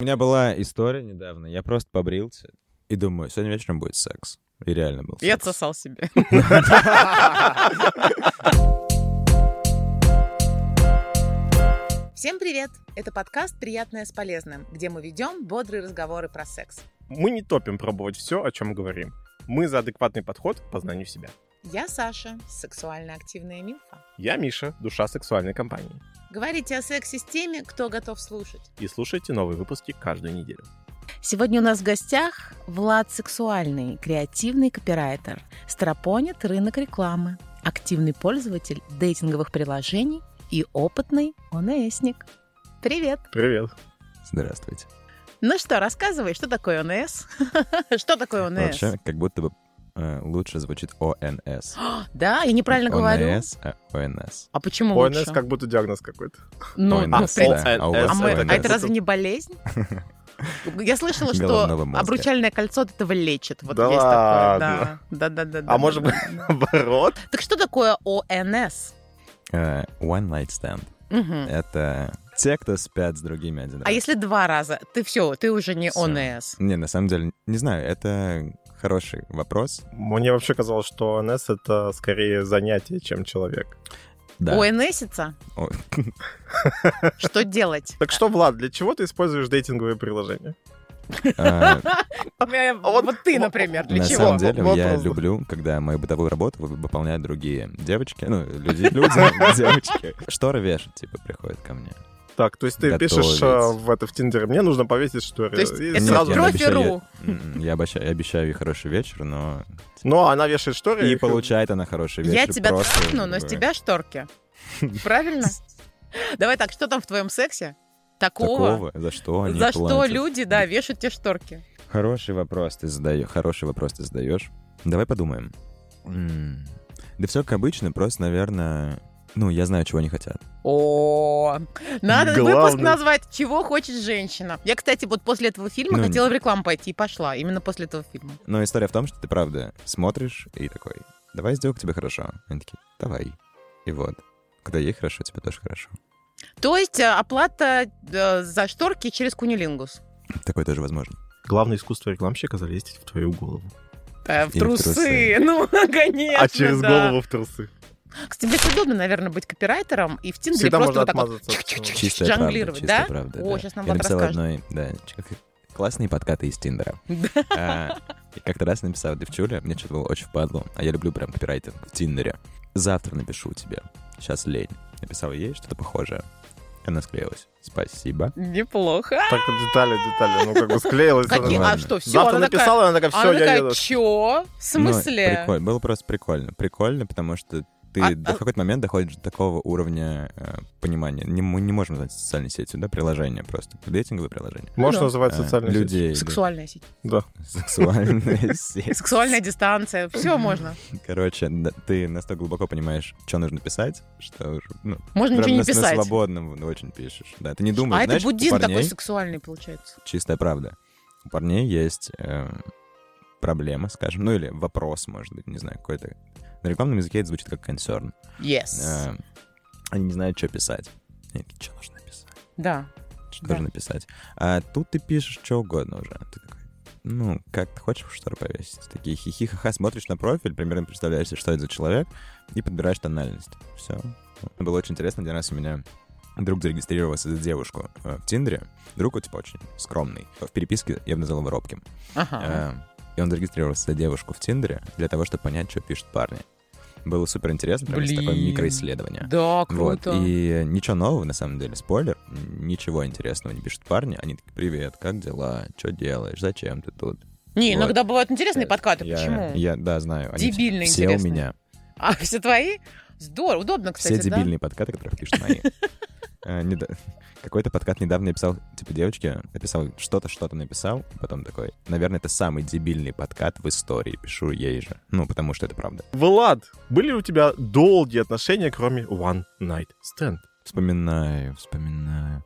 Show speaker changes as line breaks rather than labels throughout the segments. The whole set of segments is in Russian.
У меня была история недавно. Я просто побрился и думаю, сегодня вечером будет секс. И реально был
Я
секс.
отсосал себе.
Всем привет! Это подкаст «Приятное с полезным», где мы ведем бодрые разговоры про секс.
Мы не топим пробовать все, о чем говорим. Мы за адекватный подход к познанию себя.
Я Саша, сексуально активная милфа.
Я Миша, душа сексуальной компании.
Говорите о сексе с теми, кто готов слушать.
И слушайте новые выпуски каждую неделю.
Сегодня у нас в гостях Влад Сексуальный, креативный копирайтер, стропонит рынок рекламы, активный пользователь дейтинговых приложений и опытный ОНСник. Привет!
Привет.
Здравствуйте.
Ну что, рассказывай, что такое ОНС? Что такое ОНС?
Вообще, как будто бы э, лучше звучит ОНС.
А, Да, я неправильно говорю.
ОНС, а ОНС.
А почему
ОНС
лучше?
как будто диагноз какой-то.
Ну,
ОНС,
ну,
да.
в принципе,
а у вас
А, мы-
Это
ОНС.
а это
да.
разве не болезнь? Я слышала, что
Головного мозга.
обручальное кольцо от этого лечит. Вот
Да
есть такое. Да,
ладно?
да, да, да.
А может быть, наоборот?
Так что такое ОНС?
Э, One Night Stand.
Мгм.
Это те, кто спят с другими один раз.
А если два раза, ты все, ты уже не
Всё.
ОНС.
Не, на самом деле, не знаю, это хороший вопрос.
Мне вообще казалось, что ОНС — это скорее занятие, чем человек.
Да.
ОНСица?
О.
Что делать?
Так что, Влад, для чего ты используешь дейтинговые приложения?
Э,
Э,
А вот-
Вот ты, например, для
На
чего?
самом деле,
Вот
я
просто.
люблю, когда мою бытовую работу вы- выполняют другие девочки, ну, люди, люди, девочки. Шторы вешать, типа, приходят ко мне.
Так, то есть ты
Готовить.
пишешь э, в это в Тиндере, мне нужно повесить шторы.
То есть
И
это
сразу-
Нет, я не обещаю,
профи.ру.
я- м-м, Я обещаю, я обещаю ей хороший вечер, но...
Но Ну, а она вешает шторы.
И получает она хороший вечер.
Я тебя
просто,
трахну, но с
э,
тебя шторки. Правильно? Давай так, что там в твоем сексе? Такого?
Такого? За что они
За что
платят?
люди, да, вешают те шторки?
Хороший вопрос ты задаешь. Хороший вопрос ты задаешь. Давай подумаем. М, Да все как обычно, просто, наверное... Ну, я знаю, чего они хотят.
О, надо
Главное.
выпуск назвать «Чего хочет женщина». Я, кстати, вот после этого фильма
Ну,
хотела в рекламу пойти и пошла, именно после этого фильма.
Но история в том, что ты правда смотришь и такой, давай сделаю тебе хорошо. Они такие, давай. И вот. Когда ей хорошо, тебе тоже хорошо.
То есть э, оплата э, за шторки через кунилингус.
Такое тоже возможно.
Главное искусство рекламщика залезть в твою голову.
Э, в
Или в
трусы.
трусы.
ну, конечно,
а через
да.
голову в трусы.
Кстати, блядь, удобно, наверное, быть копирайтером и в Тиндере
Всегда
просто
можно
вот так вот
отмазаться. от всего.
чик-чик-чик.
Чистая правда,
Жонглировать,
чистая
да?
правда,
О,
да.
сейчас нам
Я
Влад
написал
расскажет.
одной, да, ч- как- классные подкаты из Тиндера. А, И как-то раз написал девчуля, мне что-то было очень впадло, а я люблю прям копирайтинг в Тиндере. Завтра напишу тебе. Сейчас лень. Написал ей что-то похожее. Она склеилась. Спасибо.
Неплохо.
Так, детали, детали. Ну, как бы склеилось.
Какие?
сразу.
А
ладно.
что, все,
Завтра написала, и она такая, все,
Она
я
такая,
еду.
чё? В
Ну,
смысле?
прикольно. Было просто прикольно. Прикольно, потому что ты
А-
до
а-
в какой-то момент доходишь до такого уровня э, понимания. Не- мы не можем назвать социальной сетью, да, приложение просто. Дейтинговое приложение.
Можешь
Да.
называть
Э,
социальные сети?
людей.
Сексуальная сеть.
Сексуальная сеть.
Сексуальная дистанция. Все можно.
Короче, да, ты настолько глубоко понимаешь, что нужно писать, что уже, ну,
Можно ничего
прям на,
не
на
писать.
свободном очень пишешь. Да, ты не думаешь,
А это
знаешь, у
буддизм
парней-
такой сексуальный, получается.
чистая правда. У парней есть э, проблема, скажем, ну или вопрос, может быть, не знаю, какой-то. На рекламном языке это звучит как concern.
Yes.
Э, Они не знают, что писать. Они такие, что нужно писать?
Да.
Что
Да.
нужно писать? А тут ты пишешь что угодно уже. Ты такой, ну, как ты хочешь шторы повесить? Такие хихи-ха-ха, смотришь на профиль, примерно представляешь, себе, что это за человек, и подбираешь тональность. Все. Было очень интересно, один раз у меня друг зарегистрировался за девушку э, в Тиндере. Друг, вот, типа, очень скромный. В переписке я бы назвал его робким.
Ага.
Э, И он зарегистрировался за девушку в Тиндере для того, чтобы понять, что пишут парни. Было супер интересно, прям есть такое
Блин.
микроисследование.
Да,
Вот,
круто.
и ничего нового, на самом деле, спойлер, ничего интересного не пишут парни, они такие, привет, как дела, что делаешь, зачем ты тут? вот. Э,
Не, иногда бывают интересные подкаты.
Я-
Почему?
Я, да, знаю. они
Дебильно
все
интересные,
у меня,
А все твои? Здорово, удобно,
все
кстати, да?
дебильные подкаты, которых пишут мои. Э, неда- Какой-то подкат недавно я писал, типа, девочке, написал что-то, что-то написал, потом такой, наверное, это самый дебильный подкат в истории, пишу ей же. Ну, потому что это правда.
Влад, были у тебя долгие отношения, кроме One Night Stand?
Вспоминаю, вспоминаю.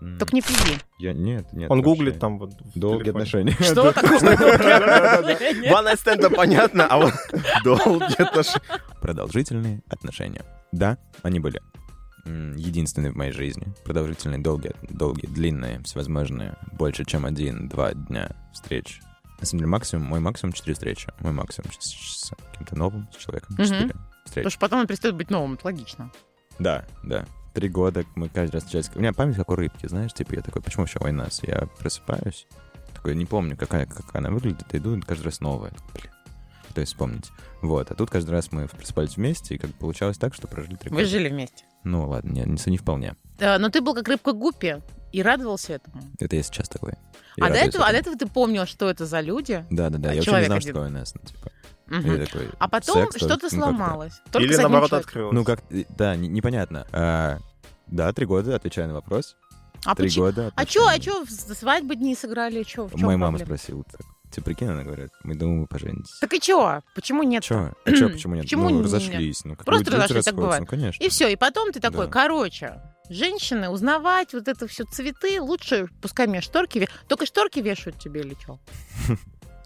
М,
Только не пизди.
Я, нет, нет.
Он
вообще.
гуглит там вот в
Долгие
телефоне.
отношения.
Что такое?
One Night Stand, да, понятно, а вот долгие отношения.
продолжительные отношения. Да, они были. м, единственный в моей жизни. Продолжительные, долгие, долгие, длинные, всевозможные, больше, чем один-два дня встреч. На самом деле максимум, мой максимум четыре встречи. Мой максимум с, с каким-то новым, с человеком.
Мгм.
Четыре встречи.
Потому что потом он перестает быть новым, это логично.
Да, да. Три года мы каждый раз встречались. У меня память как у рыбки, знаешь, типа я такой, почему вообще война? Я просыпаюсь, такой, не помню, какая, как она выглядит, иду каждый раз новая. Блин, пытаюсь вспомнить. Вот, а тут каждый раз мы просыпались вместе, и как получалось так, что прожили три
Вы
года.
жили вместе.
Ну ладно, не, не, не вполне.
Да, но ты был как рыбка Гуппи и радовался этому.
Это я сейчас такой. Я
а, до
радуюсь
этого, а до
этому.
этого ты помнил, что это за люди.
Да, да, да.
а
я вообще не
человек
знал, что
один.
такое НС. ну, типа.
Мгм.
Я такой,
А потом
секс,
что-то
ну, как-то.
сломалось. Только
Или
с одним
наоборот
человеком.
открылось.
Ну как, и- да, не- непонятно. А, да, три года, отвечаю на вопрос.
А
Три
почему?
года.
А чё, а
отношений.
чё, в свадьбы дни сыграли, А чё, в чём
Моя мама
проблема?
спросила. так, Типа, прикинь, она говорит, мы думаем, вы поженитесь.
Так и чё? Почему нет?
Чё? А чё, почему нет?
Почему
ну,
не-
разошлись. Ну, как
Просто
люди- люди
разошлись,
расходятся,
так бывает.
Ну, конечно.
И все, и потом ты такой,
Да.
короче, женщины, узнавать вот это все цветы, лучше пускай мне шторки вешают. Только шторки вешают тебе или чё?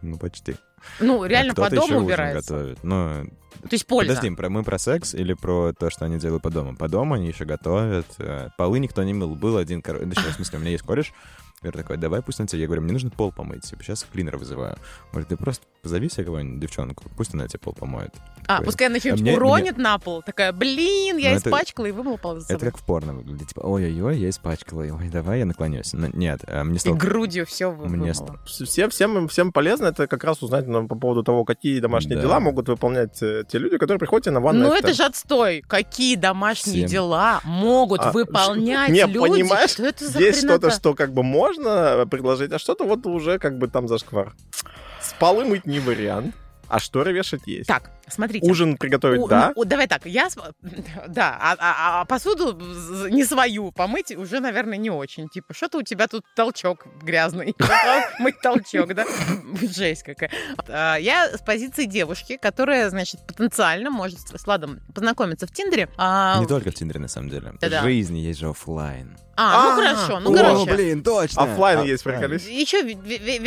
Ну, почти.
Ну, реально
А
по
кто-то ещё
дому
ужин
убирается.
готовит. Ну,
То есть польза.
Подожди, про- мы про секс или про то, что они делают по дому? По дому они еще готовят. э, Полы никто не мыл. Был один король. в смысле, у меня есть кореш. Говорит такой, давай пусть на тебе. Я говорю, мне нужно пол помыть. Типа, сейчас клинера вызываю. Говорит, ты просто позови себе кого-нибудь, девчонку. Пусть она тебе пол помоет.
А,
Такое.
пускай она что-нибудь
А мне-
уронит на пол. Такая, блин, я
Ну, это-
испачкала и вымыла пол
Это
за собой.
как в порно выглядит. Типа, ой-ой-ой, я испачкала. Ой, давай я наклонюсь. Но нет, э, мне
И
стало...
грудью все
Мне
вымыла.
стало...
Всем, всем, всем полезно это как раз узнать нам по поводу того, какие домашние
Да.
дела могут выполнять э, те люди, которые приходят тебе на ванну.
Ну это же отстой. Какие домашние
Всем.
дела могут
А,
выполнять
не,
люди?
понимаешь,
что это за
Есть что-то,
хренота?
что как бы можно предложить, а что-то вот уже как бы там зашквар. С полы мыть не вариант, а шторы вешать есть.
Так, смотрите.
Ужин приготовить,
У-
да?
ну, у- давай так, я... см- Да, а, а- а посуду з- не свою помыть уже, наверное, не очень. Типа, что-то у тебя тут толчок грязный. Мыть толчок, да? Жесть какая. А, Я с позиции девушки, которая, значит, потенциально может с с Ладом познакомиться в Тиндере. А,
Не только в Тиндере, на самом деле. В
Да-да.
жизни есть же оффлайн.
а, ну
А,
хорошо, ну
о,
короче.
блин, точно.
Оффлайн есть,
Оффлайн.
приколись.
Еще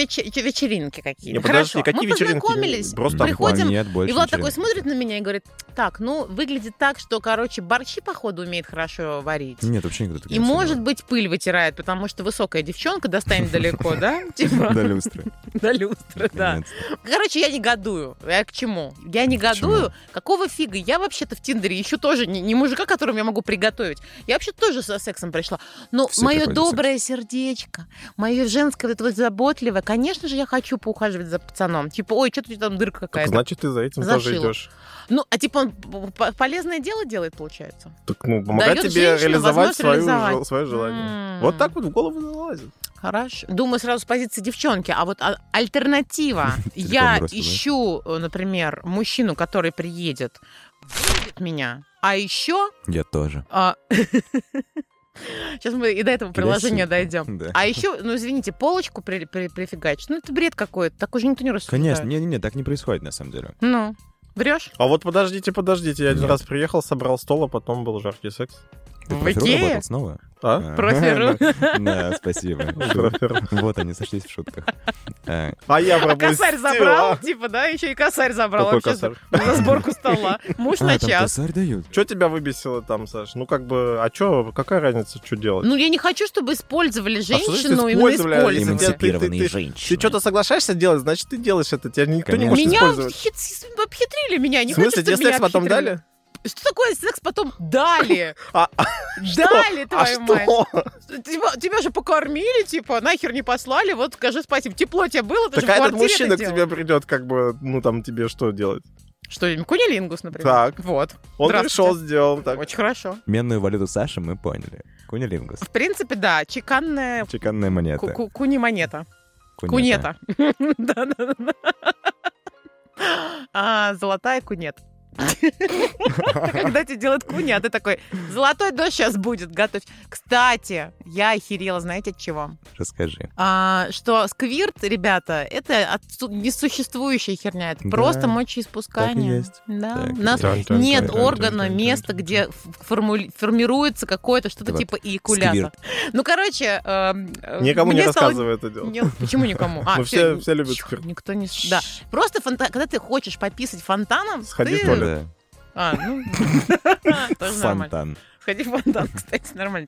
вечеринки какие-то.
Не, подожди,
ну, Хорошо,
какие
мы
вечеринки?
познакомились,
Просто
Там
приходим,
А, нет больше
И Влад такой
вечеринок.
смотрит на меня и говорит, так, ну, выглядит так, что, короче, борщи, походу, умеет хорошо варить.
Нет, вообще никто так
И,
не
может быть, пыль вытирает, потому что высокая девчонка достанет далеко, да?
обсуждал.
Типа,
До люстры.
до люстры, да.
Наконец-то.
Короче, я негодую. Я к чему? Я негодую. Какого фига? Я вообще-то в Тиндере еще тоже не, не мужика, которому я могу приготовить. Я вообще тоже со сексом пришла. Но
Все
мое
приходят за
доброе сердечко, мое женское вот это вот заботливое, конечно же, я хочу поухаживать за пацаном. Типа, ой, что-то у тебя там дырка
Так
какая-то.
значит, ты за этим тоже
Зашила.
идешь.
Ну, а типа он п- п- полезное дело делает, получается?
Так, ну, помогать
Даёт
тебе
женщинам
реализовать
возможность
свою
реализовать.
жел- свое желание.
М.
Вот так вот в голову залазит.
Хорошо. Думаю сразу с позиции девчонки. А вот а- альтернатива.
Телефон бросил,
Я
да?
ищу, э, например, мужчину, который приедет, будет меня. А еще...
Я тоже.
Сейчас А. мы и до этого приложения дойдем.
Да.
А еще, ну извините, полочку при, при- прифигачить. Ну это бред какой-то. Так уже никто не рассуждает.
Конечно, не-не-не, так не происходит на самом деле.
Ну, врешь?
А вот подождите, подождите, я один
Нет.
раз приехал, собрал стол, а потом был жаркий секс.
Ты
В
профиру
Икее?
работал снова?
А?
Профиру.
Да, спасибо.
Профиру.
Вот они сошлись в шутках. Э,
А я
А косарь забрал,
пропустил.
типа, да, еще и косарь забрал вообще
Какой
за за сборку стола. Муж
А,
на
там
час.
косарь дают.
Что тебя выбесило там, Саш? Ну как бы, а чё, какая разница, что делать?
Ну, я не хочу, чтобы использовали
значит
женщину именно
использовали? а
использовали.
Эмансипированные
Эмансипированные
Ты
женщины.
что-то соглашаешься делать, значит, ты делаешь это. Тебя никто не
Конечно.
может
Меня
использовать.
хит- с- обхитрили меня. Не
В смысле,
хочу,
тебе
чтобы меня
секс потом
обхитрили.
дали?
Что такое секс потом дали?
А, а
Дали,
а
твою мать.
что?
Тебя, тебя же покормили, типа, нахер не послали, вот скажи спасибо. Тепло тебе было, ты
Так
же в
а этот
квартире это
мужчина к
делал.
тебе придет, как бы, ну там тебе что делать?
Что, кунилингус, например?
Так.
Вот,
Он
Здравствуйте.
пришел, сделал так.
очень хорошо.
Менную валюту Саши мы поняли. Кунилингус.
В принципе, да, чеканная
Чеканная монета.
ку- ку- куни-монета.
Кунета.
Кунета. Да-да-да. А, Золотая кунет. Когда тебе делают куни, а ты такой, золотой дождь сейчас будет, готовь. Кстати, я охерела, знаете, от чего?
Расскажи.
А, что сквирт, ребята, это отсу- несуществующая херня, это
Да.
просто мочеиспускание.
Так
Да.
Так и
У нас
есть.
нет
тан, тан,
органа, места, где ф- формули- формируется какое-то что-то
Вот.
типа эякулята.
Сквирт.
Ну, короче, эм, э,
Никому не
мне стало
рассказывай это дело.
нет, почему никому? А,
Мы
всё,
все- все любят
тьфу,
спирт.
Никто не... с- Да. Просто фонта- когда ты хочешь пописать фонтаном,
Сходи в
ты
туалет.
Да.
А, ну, а, тоже нормально.
Фонтан.
Сходи в фонтан, кстати, нормально.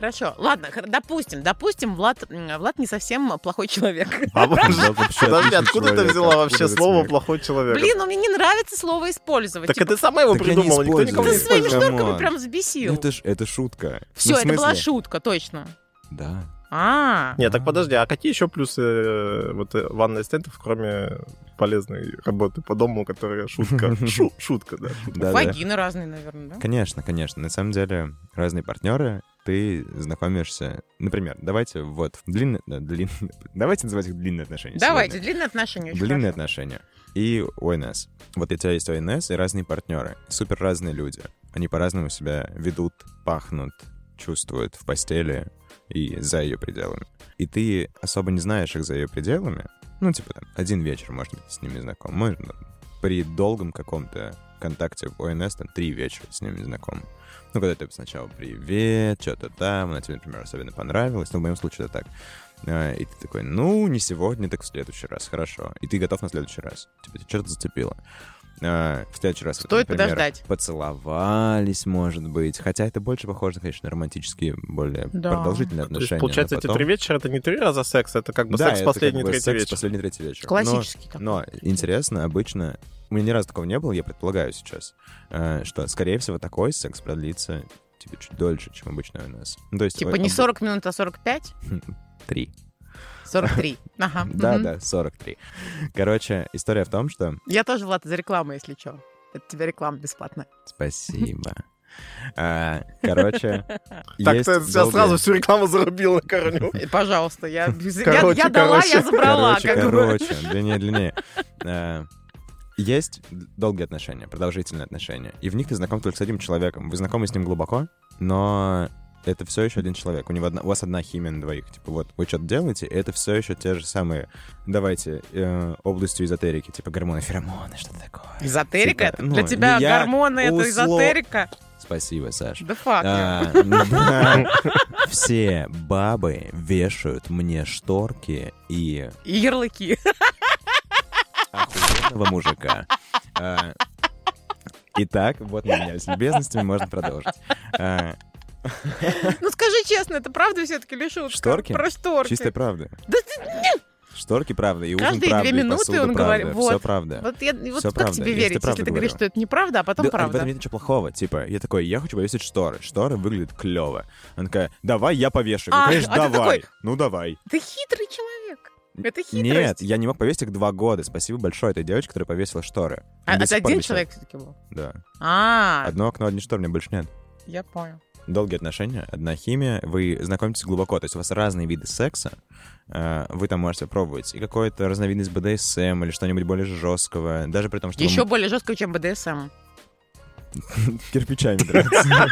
Хорошо, ладно, хор- допустим, допустим, Влад, м, Влад не совсем плохой человек.
А вот-
Да, вообще
Подожди,
отличный
откуда ты
человек,
взяла
откуда ты
вообще слово
смех?
«плохой человек»?
Блин, ну мне не нравится слово использовать.
Так
Типа,
это сама его
Так я не
придумала, никто никого
использую.
не
ты своими
использует.
использую.
шторками
Камон.
прям
Ну,
взбесил.
это ж это шутка.
Все,
Ну, в
это была
смысле?
шутка, точно.
Да.
А,
Нет, так подожди, а какие еще плюсы э, вот э, ванны ассистентов, кроме полезной работы по дому, которая шутка? Шу- Шутка, да.
Ну,
Да, да.
вагины разные, наверное, да?
Конечно, конечно. На самом деле, разные партнеры, ты знакомишься... Например, давайте вот в длинные... да, длинные- Давайте называть их длинные отношения.
Давайте,
сегодня.
длинные отношения. очень
Длинные
хорошо.
отношения. И ОНС. Вот у тебя есть ОНС и разные партнеры. Супер разные люди. Они по-разному себя ведут, пахнут, чувствуют в постели и за ее пределами. И ты особо не знаешь их за ее пределами. Ну, типа там, один вечер, может быть, с ними знаком. Можно при долгом каком-то контакте в ОНС там три вечера с ними знаком. Ну, когда ты сначала привет, что-то там, она тебе, например, особенно понравилась. Ну, в моем случае это так. А, И ты такой, ну, не сегодня, так в следующий раз, хорошо. И ты готов на следующий раз. Типа, тебя что-то зацепило. А, В следующий раз,
Стоит подождать.
поцеловались, может быть. Хотя это больше похоже, конечно, на романтические, более
Да.
продолжительные
То есть,
отношения. но
получается, эти
потом-
три вечера — это не три раза секс, это как бы
Да,
Ну, секс
это
последний,
как бы
третий
секс
вечер.
последний, третий вечер. Но-
Классический такой.
но интересно, обычно... У меня ни разу такого не было, я предполагаю сейчас, э, что, скорее всего, такой секс продлится типа чуть дольше, чем обычно у нас. Ну, то есть...
Типа не 40 минут, а 45?
3.
43. Ага.
Да,
А, мгм.
да, 43. Короче, история в том, что...
Я тоже, Влад, за рекламу, если что. Это тебе реклама бесплатная.
Спасибо. А, Короче,
Так
есть
ты сейчас
долгие-
сразу всю рекламу зарубил на корню.
Э, Пожалуйста, я, я-
Короче,
я дала, я
короче.
забрала.
Короче,
как бы.
короче, длиннее, длиннее. Э, Есть долгие отношения, продолжительные отношения, и в них ты знаком только с одним человеком. Вы знакомы с ним глубоко, но это все еще один человек. У него одна, у вас одна химия на двоих. Типа вот вы что-то делаете, и это все еще те же самые, давайте, э, областью эзотерики, типа гормоны, феромоны, что-то такое.
Эзотерика?
Типа,
это?
ну,
Для тебя
ну, я
гормоны это
услов-
эзотерика?
Спасибо, Саш.
Да факт.
А, да. Все бабы вешают мне шторки и
И ярлыки.
охуенного мужика. А, Итак, вот мы менялись любезностями, можно продолжить. А,
Ну скажи честно, это правда все-таки или шутка?
Шторки?
Про шторки.
Чистая правда.
Да
Шторки правда, и ужин
Каждые
правда,
две
и
минуты
посуда
он
правда,
говорит,
все
вот,
правда.
Вот, я, вот
Всё
как
правда,
тебе
я же
верить,
тебе правду
если ты
говорю.
говоришь, что это неправда, а потом
Да, В
правда?
этом нет ничего плохого. Типа, я такой, я хочу повесить шторы. Шторы выглядят клево. Она такая, давай я повешу. Я говорю,
А, а
Конечно,
ты
давай.
такой,
Ну, давай.
Ты хитрый человек. Это
Нет,
хитрость.
я не мог повесить их два года. Спасибо большое этой девочке, которая повесила шторы.
А,
До
это
сих пор
один
висят.
человек все-таки был.
Да.
А,
Одно окно, одни шторы, мне больше нет.
я понял.
Долгие отношения, одна химия, вы знакомитесь глубоко, то есть у вас разные виды секса, э, вы там можете пробовать и какую-то разновидность БДСМ или что-нибудь более жесткого, даже при том, что вы
Еще более жестко, чем БДСМ.
м- кирпичами драться.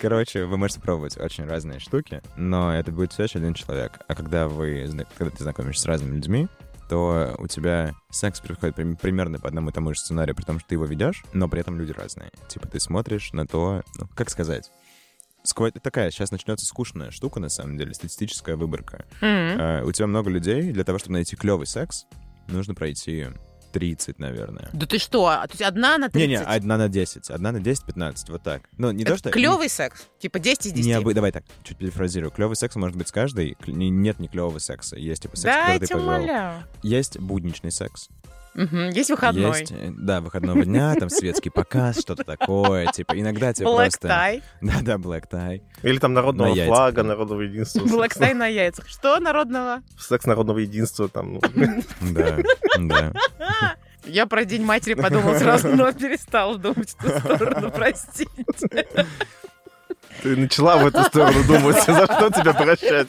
Короче, вы можете пробовать очень разные штуки, но это будет все еще один человек. А когда вы, зна- когда ты знакомишься с разными людьми, то у тебя секс происходит прим- примерно по одному и тому же сценарию, при том, что ты его ведешь, но при этом люди разные. Типа ты смотришь на то, ну, как сказать, сквозь такая, сейчас начнется скучная штука, на самом деле, статистическая выборка.
Мгм.
Э, у тебя много людей, для того, чтобы найти клевый секс, нужно пройти 30, наверное.
Да ты что? а, То есть одна на 30?
Не-не, одна на 10, одна на 10, 15, вот так. Ну, не то, что...
Клевый секс? Типа 10 из 10?
Не обы- Давай так, чуть перефразирую. Клевый секс может быть с каждой. Кл- не- Нет не клевого секса. Есть типа секс, который ты
Дайте,
повел.
умоляю.
Есть будничный секс.
Мгм, Есть выходной.
Есть, э, да, выходного дня, там светский показ, что-то такое. Типа иногда тебе
Black
просто...
tie.
Да-да, black tie.
Или там народного
На яйца.
флага, народного единства.
Black
секс-
tie на яйцах. Что народного?
Секс народного единства там. ну.
Да, да.
Я про День матери подумал сразу, но перестал думать в ту сторону, простите.
Ты начала в эту сторону думать, за что тебя прощать.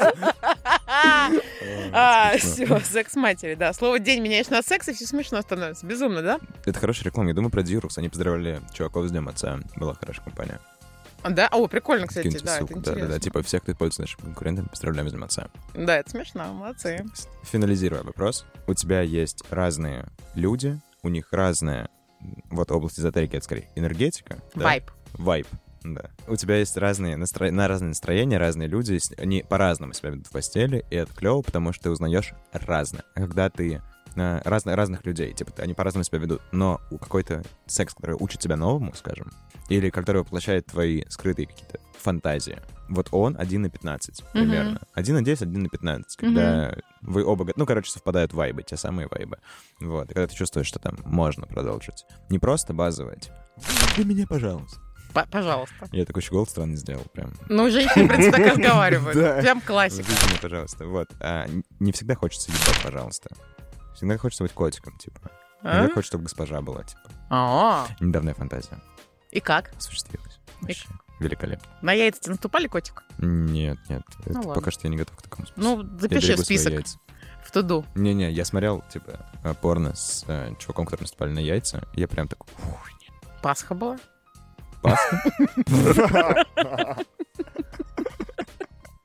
А, все, секс матери, да. Слово день меняешь на секс, и все смешно становится. Безумно, да?
Это хорошая реклама. Я думаю про Дьюрукс. Они поздравляли чуваков с Днем Отца. Была хорошая компания.
А, Да? О, прикольно, кстати,
Киньте
да, это
ссылку. Да-да-да.
интересно.
Типа всех, кто пользуется нашими конкурентами, поздравляем с Днем Отца.
Да, это смешно, молодцы.
Финализируя вопрос, у тебя есть разные люди, у них разная, м, вот область эзотерики, это скорее энергетика. да?
Вайп.
Вайб. Да. У тебя есть разные настро... на разные настроения, разные люди, с- они по-разному себя ведут в постели, и это клево, потому что ты узнаешь разное. А когда ты э, разно- разных людей, типа, они по-разному себя ведут, но у какой-то секс, который учит тебя новому, скажем, или который воплощает твои скрытые какие-то фантазии, вот он 1 на 15 примерно. 1 на 10, 1 на 15, когда вы оба, го- ну, короче, совпадают вайбы, те самые вайбы. Вот, и когда ты чувствуешь, что там можно продолжить. Не просто базовать. Для меня, пожалуйста.
П- Пожалуйста.
Я такой еще голос странный сделал, прям.
Ну, женщины, в принципе, так разговаривают.
Да.
Прям классика.
Зайдите мне, пожалуйста. Вот. А, н- не всегда хочется ебать, пожалуйста. Всегда хочется быть котиком, типа.
А?
Иногда хочется, чтобы госпожа была, типа.
А,
Недавняя фантазия
И как?
осуществилась. Вообще великолепно.
На яйца тебе наступали, котик?
Нет, нет. это
Ну ладно.
пока что я не готов к такому списку.
Ну,
Я
запиши в
берегу свои
список
яйца.
в туду.
Не-не, я смотрел, типа, э, порно с э, чуваком, который наступали на яйца, и я прям такой, «Ух, нет,
Пасха была.
пасха».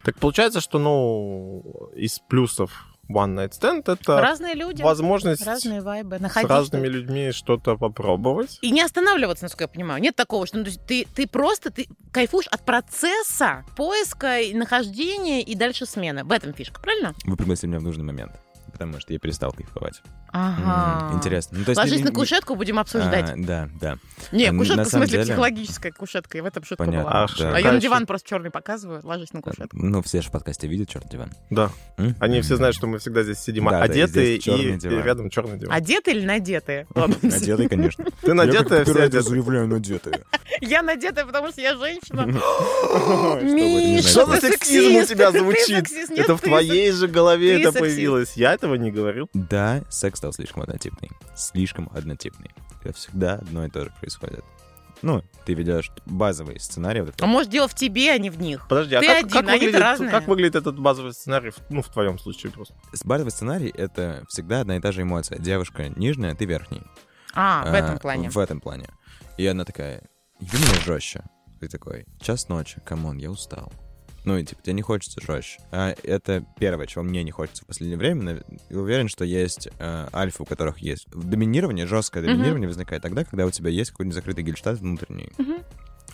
Так получается, что, ну, из плюсов One Night Stand это
Разные люди,
возможность
разные вайбы.
с
Находить
разными
что-то.
людьми что-то попробовать.
И не останавливаться, насколько я понимаю. Нет такого, что ну, то есть ты, ты просто ты кайфуешь от процесса поиска и нахождения и дальше смены. В этом фишка, правильно?
Вы пригласили меня в нужный момент, потому что я перестал кайфовать. М,
Ага.
Интересно. Ну, то есть
А. Ложись
не-
на
не-
кушетку, будем обсуждать.
А, Да, да.
не,
н-
кушетка,
на
в
самом
смысле,
деле-
психологическая кушетка. И в этом шутка
Понятно.
была.
Ах,
да.
А я на
Конечно.
диван просто черный показываю. Ложись на кушетку.
Ну, все же в подкасте видят черт диван.
Да.
М?
Они все знают, что мы всегда здесь сидим
Да, да, и
одетые
здесь чёрный
и,
диван.
и рядом черный диван.
Одетые или надетые?
Одетые, конечно.
Ты надетая, все одеты.
заявляю, надетые.
Я надетая, потому что я женщина.
Что
Миша,
за
ты
сексизм у
сексист,
тебя
ты
звучит?
сексист, нет,
Это в
ты
твоей же голове
ты
это
сексист.
появилось. Я этого не говорил.
Да, секс стал слишком однотипный. Слишком однотипный. Это всегда одно и то же происходит. Ну, ты ведешь базовый сценарий. вот этот.
А может, дело в тебе, а не в них?
Подожди, а
Ты
как,
один,
как
они-то
выглядит,
разные.
как выглядит этот базовый сценарий, в- ну, в твоем случае просто?
С- Базовый сценарий — это всегда одна и та же эмоция. Девушка нижняя, ты верхний.
А, в этом
А,
плане.
В этом плане. И она такая, еби меня жестче. Ты такой, час ночи, камон, я устал. Ну и типа, тебе не хочется жестче. А это первое, чего мне не хочется в последнее время. Нав- и Уверен, что есть э, альфы, у которых есть. В доминировании, жесткое
Мгм.
доминирование возникает тогда, когда у тебя есть какой-нибудь закрытый гельштадт внутренний.
Мгм.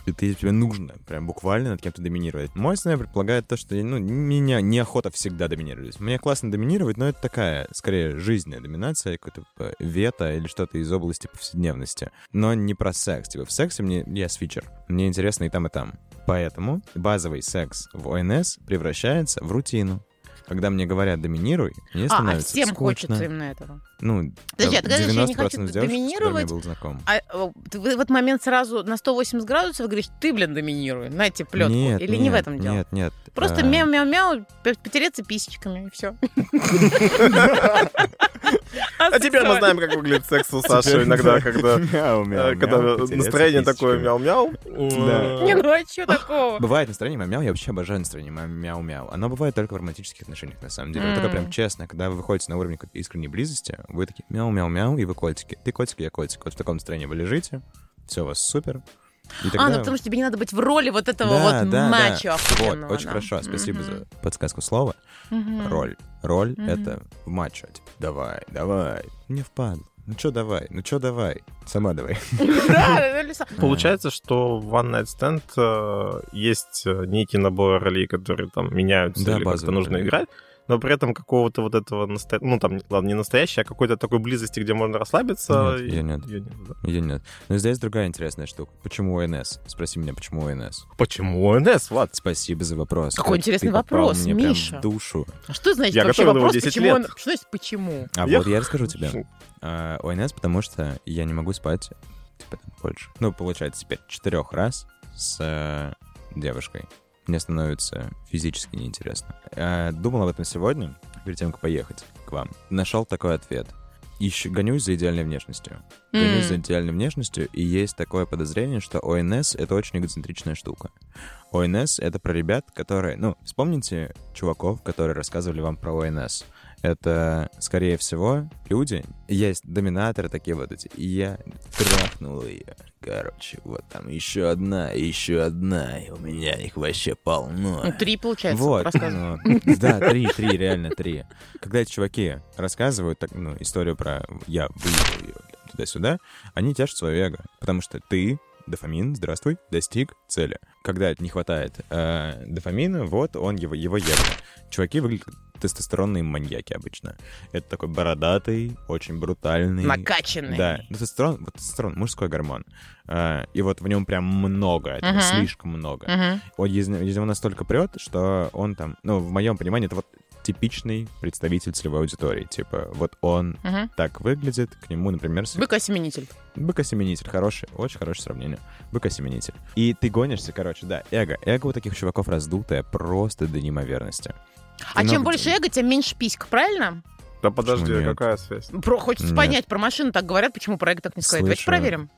И ты, тебе нужно прям буквально над кем-то доминировать. Мой сценарий предполагает то, что ну, меня неохота всегда доминировать. Мне классно доминировать, но это такая, скорее, жизненная доминация, какой-то э, вето или что-то из области повседневности. Но не про секс. Типа в сексе мне я свитчер. Мне интересно и там, и там. Поэтому базовый секс в ОНС превращается в рутину. Когда мне говорят «доминируй», мне
А, а
становится
всем
скучно.
хочется именно этого.
Ну,
Подожди, а ты говоришь, я не
90%
хочу
девушек, с которыми
доминировать,
я был знаком.
А э, ты в этот момент сразу на 180 градусов говоришь, ты, блин, доминируй, на тебе плетку.
Нет,
Или не
нет,
в этом дело?
Нет, нет.
Просто
А,
мяу-мяу-мяу, п- потереться писечками, и все.
А теперь мы знаем, как выглядит секс у Саши иногда, когда
Мяу, мяу,
э, когда
мяу, потереться
настроение такое
писечками.
мяу-мяу. Э,
Да.
Не, ну а что такого?
Бывает настроение мяу-мяу, я вообще обожаю настроение ма- мяу-мяу. Оно бывает только в романтических отношениях, на самом деле. Вот такое
М.
прям честно, когда вы выходите на уровень какой-то искренней близости, вы такие мяу-мяу-мяу, и вы котики. Ты котик, я котик. Вот в таком настроении вы лежите, все у вас супер. И
А,
тогда-
ну потому что тебе не надо быть в роли вот этого
Да,
вот
да, да.
мачо
Вот,
охуенного,
очень
да.
хорошо, спасибо
Мгм.
за подсказку слова.
Мгм.
Роль. Роль —
Мгм.
это в матче. Типа, давай, давай. Не впадло. Ну чё давай, ну чё давай. Сама давай.
Да, да, Лиса.
Получается, что в One Night Stand э, есть э, некий набор ролей, которые там меняются
Да,
или как-то
базовые
нужно
роли.
играть, но при этом какого-то вот этого, насто- ну там, ладно, не настоящее, а какой-то такой близости, где можно расслабиться.
Нет,
и-
её нет.
её да.
Я нет. Но Ну, здесь другая интересная штука. Почему ОНС? Спроси меня, почему ОНС?
Почему ОНС, Влад?
Спасибо за вопрос.
Какой
Ты
интересный
попал
вопрос,
мне прям
Миша.
в душу.
А Что значит
Я
вообще
готовил его
вопрос,
10
почему он...
лет.
Что значит почему?
А
Я
вот я расскажу тебе.
Шу.
А, ОНС, потому что я не могу спать типа, там, больше. Ну, получается, теперь четырех раз с э, девушкой. Мне становится физически неинтересно. Э, думал об этом сегодня, перед тем, как поехать к вам. Нашел такой ответ. Ищу, гонюсь за идеальной внешностью. Гонюсь
М.
за идеальной внешностью, и есть такое подозрение, что ОНС — это очень эгоцентричная штука. ОНС — это про ребят, которые... Ну, вспомните чуваков, которые рассказывали вам про ОНС это, скорее всего, люди. Есть доминаторы такие вот эти. И я трахнул ее. Короче, вот там еще одна, и еще одна. И у меня их вообще полно.
Ну, три, получается,
Вот.
рассказывай.
ну, да, три, три, реально три. Когда эти чуваки рассказывают так, ну, историю про я выиграл ее туда-сюда, они тяжут свое эго. Потому что ты дофамин, здравствуй, достиг цели. Когда не хватает э, дофамина, вот он его, его ест. Чуваки выглядят как тестостеронные маньяки обычно. Это такой бородатый, очень брутальный.
Накачанный.
Да, ну, тестостерон, вот тестостерон, мужской гормон. Э, и вот в нем прям много, этого,
Мгм.
слишком много.
Мгм.
Он из, из него настолько прет, что он там, ну, в моем понимании, это вот типичный представитель целевой аудитории. Типа, вот он
Мгм.
так выглядит, к нему, например, с-
Быкосеменитель.
быкосеменитель. Хороший, очень хорошее сравнение. Быкосеменитель. И ты гонишься, короче, да, эго. Эго у таких чуваков раздутое просто до неимоверности.
А
И
чем
надо-
больше эго, тем меньше писька, правильно?
Да подожди,
нет?
какая связь?
Про, хочется
Нет.
понять, про машину так говорят, почему про эго так не сказать. Давайте
Слышу.
проверим.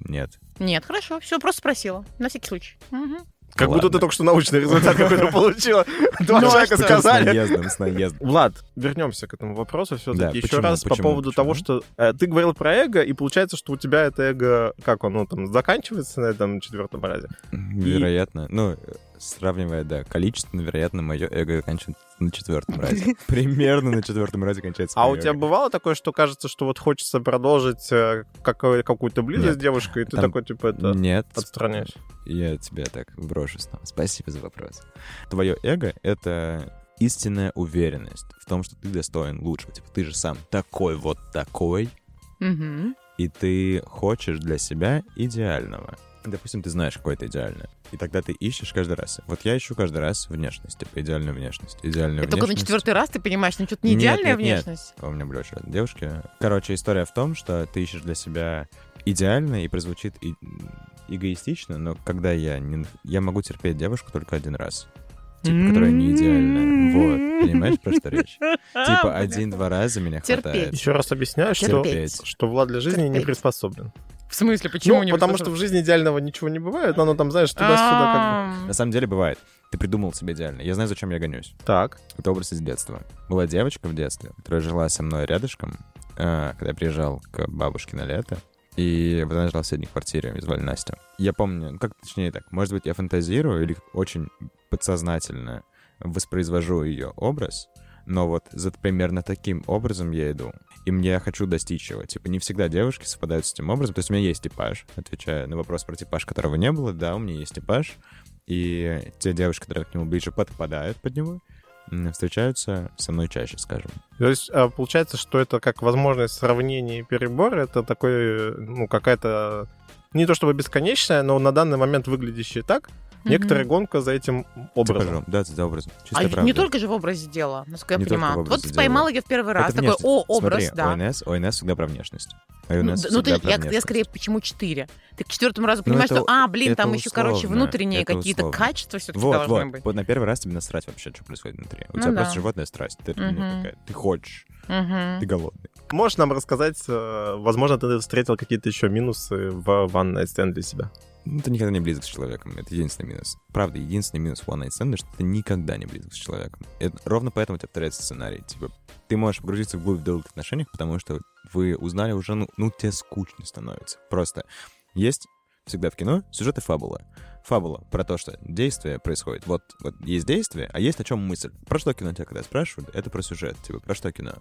Нет.
Нет, хорошо, все, просто спросила, на всякий случай. Мгм.
Как будто
Ладно.
ты только что научный результат какой-то получила. Два
Ну, а
человека
что?
С
сказали.
наездом, с наездом.
Влад, вернемся к этому вопросу все-таки
Да,
еще
почему,
раз по
почему,
поводу
почему?
того, что э, ты говорил про эго, и получается, что у тебя это эго, как оно там заканчивается на этом четвертом разе.
Вероятно. Ну, э, сравнивая, да, количественно, вероятно, мое эго заканчивается на четвертом разе. Примерно на четвертом разе кончается.
А
моё
у тебя
эго.
бывало такое, что кажется, что вот хочется продолжить э, какое- какую-то близость с
Нет.
девушкой, и ты
Там-
такой типа это
Нет.
отстраняешь?
Я тебя так брошу снова. Спасибо за вопрос. Твое эго — это истинная уверенность в том, что ты достоин лучшего. Типа, ты же сам такой вот такой,
Мгм.
и ты хочешь для себя идеального. Допустим, ты знаешь какое-то идеальное. И тогда ты ищешь каждый раз. Вот я ищу каждый раз внешность, типа идеальную внешность. Идеальную
Это только
Э,
на
внешность.
четвертый раз ты понимаешь, ну что-то не
Нет,
идеальная
нет, нет.
внешность.
А У меня были очень разные девушки. Короче, история в том, что ты ищешь для себя идеально и прозвучит и- эгоистично, но когда я не... Я могу терпеть девушку только один раз. Типа, которая не идеальная. Вот. Понимаешь, про что речь? Типа,
бля.
один-два раза меня
Терпеть.
хватает.
Еще раз объясняю, что,
Терпеть.
что Влад для жизни не
Терпеть.
приспособлен.
В смысле, почему
Ну,
не
потому что
высота?
в жизни идеального ничего не бывает, оно там, знаешь, туда-сюда как бы.
На самом деле бывает. Ты придумал себе идеально. Я знаю, зачем я гонюсь.
Так.
Это образ из детства. Была девочка в детстве, которая жила со мной рядышком, э, когда я приезжал к бабушке на лето. И вот она жила в соседней квартире, ее звали Настя. Я помню, ну, как точнее так, может быть, я фантазирую или очень подсознательно воспроизвожу ее образ, но вот за примерно таким образом я иду. И мне я хочу достичь его. Типа, не всегда девушки совпадают с этим образом. То есть у меня есть типаж, отвечая на вопрос про типаж, которого не было. Да, у меня есть типаж. И те девушки, которые к нему ближе подпадают под него, м, встречаются со мной чаще, скажем.
То есть а, получается, что это как возможность сравнения и перебора, это такой, э, ну, какая-то, не то чтобы бесконечная, но на данный момент выглядящая так,
Мгм.
некоторая гонка за этим образом.
Типажом. Типа Да, за образом.
А
Чисто
ведь
правда.
не только же в образе дело, насколько я
Не только в
понимаю. Вот
образе
поймала
дела.
я в первый
Это
раз, такой, о,
внешность.
образ,
Смотри,
да.
ОНС, ОНС всегда про внешность.
Ну,
ОНС
да, ну, ты,
всегда про
я, я
внешность.
скорее почему четыре. Ты к четвертому разу
Ну,
понимаешь,
это-
что, а, блин,
это
там еще, короче,
условно,
внутренние
это
какие-то
условно.
качества все-таки
Вот,
должны
вот,
быть.
вот на первый раз тебе насрать вообще, что происходит внутри. У
Ну
тебя
да.
просто животная страсть. Ты, ну,
Мгм.
такая, ты хочешь,
Мгм.
ты голодный.
Можешь нам рассказать, э, возможно, ты встретил какие-то еще минусы в ванной стенд для себя?
Ну, ты никогда не близок с человеком. Это единственный минус. Правда, единственный минус One Night Stand, что ты никогда не близок с человеком. Это- ровно поэтому у тебя повторяется сценарий. Типа, ты можешь погрузиться в глубь долгих отношениях, потому что вы узнали уже, ну, ну, тебе скучно становится. Просто есть всегда в кино сюжет и фабула. Фабула про то, что действие происходит. Вот, вот есть действие, а есть о чем мысль. Про что кино тебя когда спрашивают, это про сюжет, типа про что кино.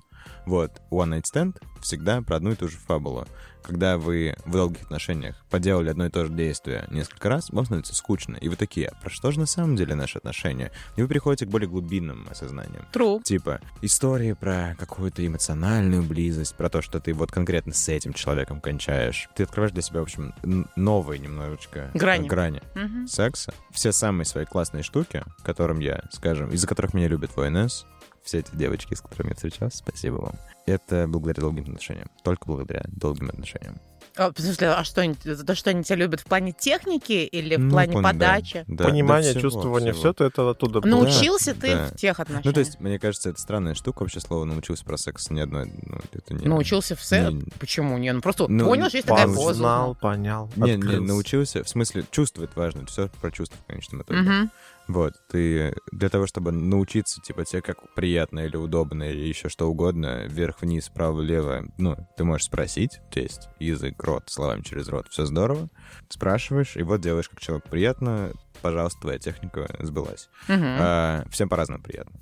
Вот, One Night Stand всегда про одну и ту же фабулу. Когда вы в долгих отношениях поделали одно и то же действие несколько раз, вам становится скучно. И вы такие, «А про что же на самом деле наши отношения? И вы приходите к более глубинным осознаниям.
True.
Типа истории про какую-то эмоциональную близость, про то, что ты вот конкретно с этим человеком кончаешь. Ты открываешь для себя, в общем, н- новые немножечко э,
Грани.
грани
Мгм.
секса. Все самые свои классные штуки, которым я, скажем, из-за которых меня любит ВНС, все эти девочки, с которыми я встречался, спасибо вам. Это благодаря долгим отношениям. Только благодаря долгим отношениям.
А, в смысле, а что они, за что они тебя любят? В плане техники или в
Ну,
плане
понял, да.
подачи?
Да,
Понимание,
да всего,
чувствование,
всего.
все, то это оттуда.
Ну,
получается.
Научился ты
да.
в тех отношениях?
Ну, то есть, мне кажется, это странная штука, вообще слово научился про секс ни одной... Ну, это не...
Научился в сексе?
Не-
Почему? Не, ну просто
Ну,
понял, что есть такая
познал.
поза.
Познал, понял,
Не, не,
открылся.
научился, в смысле, чувствовать важно, все про чувства в конечном итоге.
Мгм.
Вот, ты для того, чтобы научиться, типа, тебе как приятно или удобно, или еще что угодно, вверх-вниз, вправо-лево, ну, ты можешь спросить, то есть язык, рот, словами через рот, все здорово, спрашиваешь, и вот делаешь, как человеку приятно, пожалуйста, твоя техника сбылась.
Мгм.
А, всем по-разному приятно.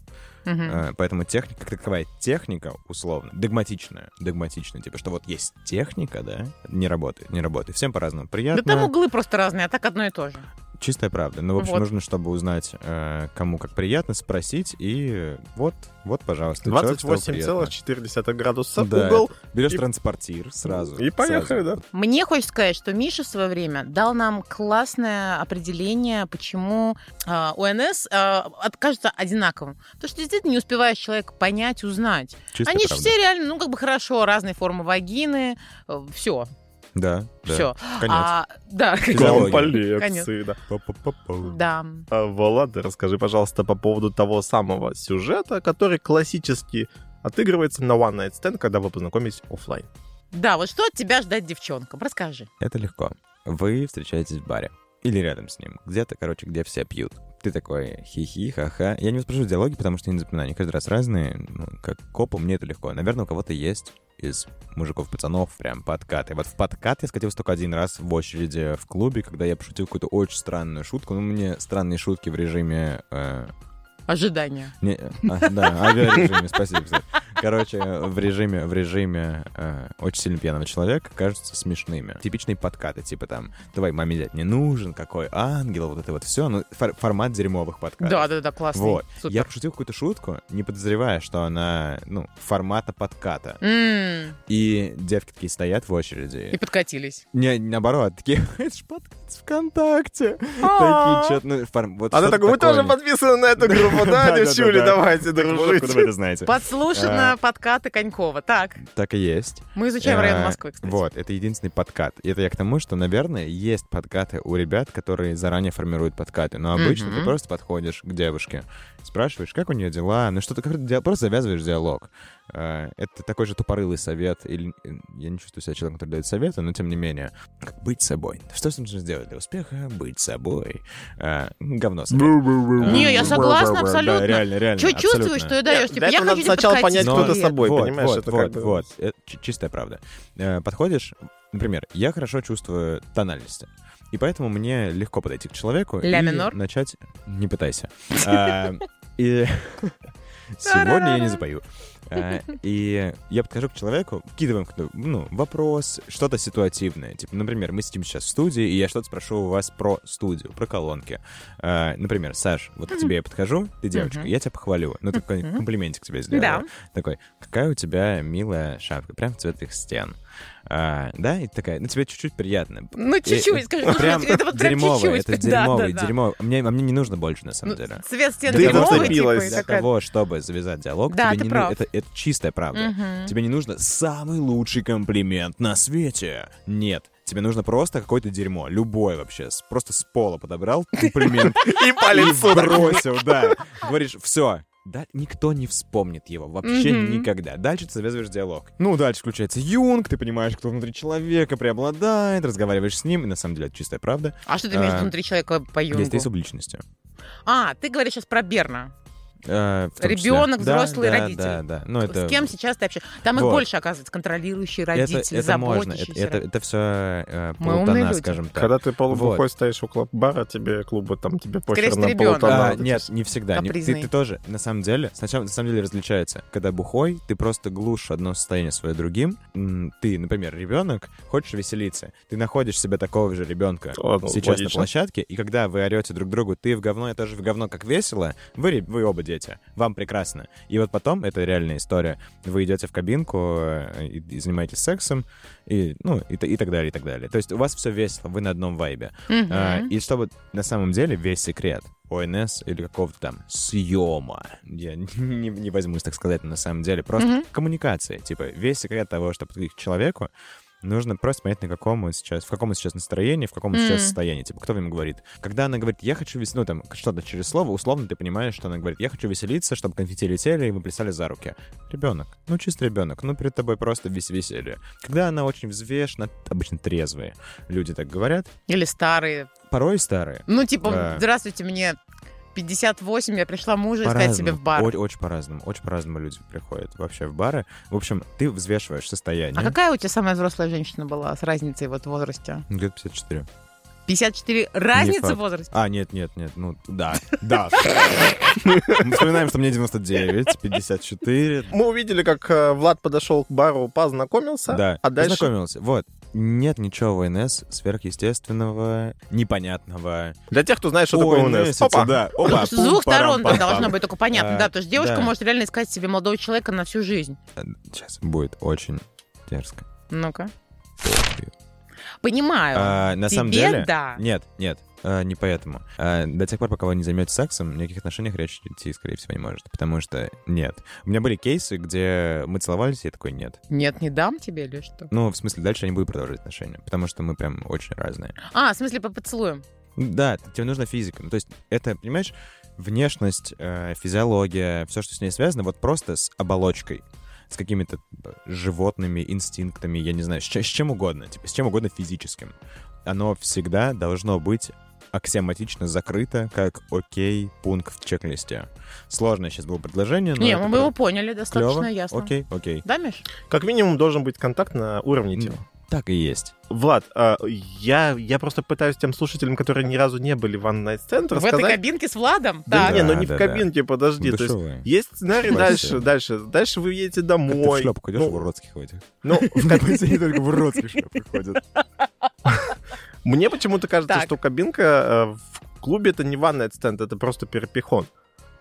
Мгм.
Э, Поэтому техника, как таковая техника, условно, догматичная, догматичная, типа, что вот есть техника, да, не работает, не работает. Всем по-разному
Да
приятно.
там углы просто разные, а так одно и то же.
Чистая правда. Ну, в общем,
Вот.
нужно, чтобы узнать, э, кому как приятно, спросить, и э, вот, вот, пожалуйста, человек стал приятно.
28,4 градуса
Да,
угол.
Берешь
И-
транспортир сразу.
И поехали,
сразу.
да.
Мне хочется сказать, что Миша в свое время дал нам классное определение, почему а, УНС а, откажется одинаковым. Потому что действительно не успеваешь человека понять, узнать.
Чистая
Они же
правда.
все реально, ну, как бы хорошо, разные формы вагины, э, все,
Да, да.
все.
Конец.
А, да,
Физиология.
Комплексы, да.
Па-па-па-па.
да.
А, Влад, расскажи, пожалуйста, по поводу того самого сюжета, который классически отыгрывается на One Night Stand, когда вы познакомитесь оффлайн.
Да, вот что от тебя ждать девчонкам? Расскажи.
Это легко. Вы встречаетесь в баре. Или рядом с ним. Где-то, короче, где все пьют. Ты такой хи-хи, ха-ха. Я не спрашиваю диалоги, потому что я не запоминаю. Они каждый раз разные. Ну, как копу, мне это легко. Наверное, у кого-то есть из мужиков-пацанов прям подкаты. Вот в подкат я скатился только один раз в очереди в клубе, когда я пошутил какую-то очень странную шутку. Ну, мне странные шутки в режиме э,
Ожидания.
не, э, а, да, авиарежиме, спасибо. кстати. Короче, в режиме, в режиме э, очень сильно пьяного человека кажутся смешными. Типичные подкаты, типа там, давай, маме дядь не нужен, какой ангел, вот это вот все. Ну, фор- формат дерьмовых подкатов.
Да, да, да, классный.
Вот.
Супер.
Я пошутил какую-то шутку, не подозревая, что она, ну, формата подката.
М,
И девки такие стоят в
М-м, И
очереди.
подкатились.
Не, наоборот, такие, это ж подкат с ВКонтакте. Такие,
А.
что-то, ну, форм- вот
Она
что-то
такая, вы
такое
тоже
у них».
подписаны на эту группу, да,
Да-да-да-да.
девчули, давайте
Так вот, откуда вы
дружить.
это знаете? А.
Подслушано подкаты Конькова. Так,
Так и есть.
мы изучаем район
Э,
Москвы, кстати.
Вот, это единственный подкат. И это я к тому, что, наверное, есть подкаты у ребят, которые заранее формируют подкаты. Но обычно
Мгм.
ты просто подходишь к девушке, спрашиваешь, как у нее дела, ну что-то как-то диа- просто завязываешь диалог. Э, Это такой же тупорылый совет. Или э, я не чувствую себя человеком, который дает советы, но тем не менее. Как быть собой. Что нужно сделать для успеха? Быть собой. Э, Говно совет.
Не, я согласна абсолютно.
ну, Да, реально, реально.
Что чувствуешь,
абсолютно.
что и даешь?
Для
Типа, я хочу
этого надо сначала понять,
подкатить.
кто ты
Привет.
собой.
вот,
понимаешь,
вот,
это
вот,
как бы-
вот. Это чи- чистая правда. Э, Подходишь, например, я хорошо чувствую тональности. И поэтому мне легко подойти к человеку
Ля
и
минор?
начать... Не пытайся. А, И сегодня я не запою. А, И я подхожу к человеку, вкидываем какой-то, ну, вопрос, что-то ситуативное. Типа, например, мы сидим сейчас в студии, и я что-то спрошу у вас про студию, про колонки. А, Например, Саш, вот к тебе я подхожу, ты девочка,
Мгм.
я тебя похвалю. Ну, такой
Мгм.
комплиментик тебе сделаю.
Да.
Такой, какая у тебя милая шапка, прям цвет их стен. А, да, и такая, ну тебе чуть-чуть приятно.
Ну,
Э,
чуть-чуть,
э,
скажи, ну, смотри, это вот прям
дерьмовый,
чуть-чуть.
это
Да,
дерьмовый,
да, да.
дерьмовый. Мне, а мне не нужно больше, на самом
Ну,
деле.
Цвет стен
Ты
дерьмовый,
зацепилась.
типа, и
Для
такая-
того, чтобы завязать диалог,
Да,
тебе
ты
не
прав.
нужно... Это, это чистая правда.
Мгм.
Тебе не нужно самый лучший комплимент на свете. Нет. Тебе нужно просто какое-то дерьмо, любое вообще. С- Просто с пола подобрал комплимент
И
и
палец сюда.
бросил, да. Говоришь, все, да, никто не вспомнит его вообще
Мгм.
никогда. Дальше ты завязываешь диалог. Ну, дальше включается Юнг, ты понимаешь, кто внутри человека преобладает, разговариваешь с ним, и на самом деле это чистая правда.
А что ты имеешь
А,
внутри человека по
Есть три
юнгу?
субличности.
А, ты говоришь сейчас про Берна.
Э, в том числе.
Ребёнок,
Да,
взрослый,
да,
родитель.
Да, да, Ну, это...
С кем сейчас ты общаешься? Там их
Вот.
больше, оказывается, контролирующий
это,
родитель,
это можно, это,
заботящийся.
это, это все
Мы умные
полутона,
люди.
скажем так.
Когда ты полубухой
Вот.
стоишь у клуб-бара, тебе клуба, там тебе
Скорее
похер
с
на
А,
ребёнком.
полтона.
Ладно,
нет, не всегда. Не- ты,
капризный.
ты тоже, на самом деле, сначала, на самом деле различается. Когда бухой, ты просто глушь одно состояние свое другим. М, Ты, например, ребенок, хочешь веселиться. Ты находишь себя такого же ребенка
Ладно,
сейчас на
логично.
площадке, и когда вы орете друг другу, ты в говно, я тоже в говно, как весело, вы, ре- вы оба дети, вам прекрасно. И вот потом, это реальная история, вы идете в кабинку э, и, и занимаетесь сексом, и, ну, и, т- и так далее, и так далее. То есть у вас все весело, вы на одном вайбе.
Мгм.
А, И чтобы на самом деле весь секрет ОНС или какого-то там съема, я не, не возьмусь так сказать, но на самом деле просто
Мгм.
коммуникация. Типа весь секрет того, чтобы подходить к человеку, нужно просто понять, на каком он сейчас, в каком он сейчас настроении, в каком он
М.
сейчас состоянии. Типа кто ему говорит. Когда она говорит, я хочу веселиться, ну там что-то через слово, условно ты понимаешь, что она говорит, я хочу веселиться, чтобы конфетти летели и мы плясали за руки. Ребенок, ну чисто ребенок, ну перед тобой просто весь веселье. Когда она очень взвешена, обычно трезвые люди так говорят,
Или старые.
порой старые,
Ну, типа,
Да.
здравствуйте, мне 58, я пришла мужа искать себе
По-разному.
в бар.
О- очень по-разному. Очень по-разному люди приходят вообще в бары. В общем, ты взвешиваешь состояние.
А какая у тебя самая взрослая женщина была с разницей вот в возрасте?
Где-то 54.
54 разница в
факт.
возрасте.
А, нет, нет, нет, ну да, да. Мы вспоминаем, что мне 99, 54.
Мы увидели, как э, Влад подошел к бару, познакомился,
Да,
а дальше...
познакомился. Вот. Нет ничего в ОНС сверхъестественного, непонятного.
Для тех, кто знает, что
ну,
такое УНС.
ОНСица,
Опа.
Да, опа.
С двух сторон
пум-парам-пам-пам.
должно быть только понятно,
А,
да, потому что девушка
да.
может реально искать себе молодого человека на всю жизнь.
Сейчас будет очень дерзко.
Ну-ка. Понимаю.
А, На
Эм, Тебе
самом деле...
да.
Нет, нет, э, не поэтому. Э, До тех пор, пока вы не займете сексом, ни о каких отношениях речь идти, скорее всего, не может. Потому что нет. У меня были кейсы, где мы целовались, и я такой нет.
Нет, не дам тебе или что?
Ну, в смысле, дальше я не буду продолжать отношения, потому что мы прям очень разные.
А, в смысле по поцелуям.
Да, т- тебе нужна физика. Ну, то есть это, понимаешь, внешность, э, физиология, все, что с ней связано, вот просто с оболочкой с какими-то э, животными инстинктами, я не знаю, с, ч- с чем угодно, типа с чем угодно физическим. Оно всегда должно быть аксиоматично закрыто, как окей, пункт в чек-листе. Сложное сейчас было предложение, но...
не,
Ну, это
мы бы
прям
его поняли
клёво.
достаточно ясно.
Окей, окей.
Да, Миш?
Как минимум должен быть контакт на уровне типа. тела.
Так и есть.
Влад, а, я, я просто пытаюсь тем слушателям, которые ни разу не были в One Night Stand,
В этой
рассказать...
кабинке с Владом?
Да,
Так.
не, ну
Да,
не в
да, Ну
кабинке, подожди. то есть
Душевые.
Есть сценарий
Спасибо.
дальше, дальше. Дальше вы
Как
едете
ты в
домой.
шлепку идешь
Ну,
в уродских в этих?
ну, в каб-
Они только в уродских шлепках ходят.
Мне почему-то кажется,
Так.
что кабинка э, в клубе это не one night stand, это просто перепихон.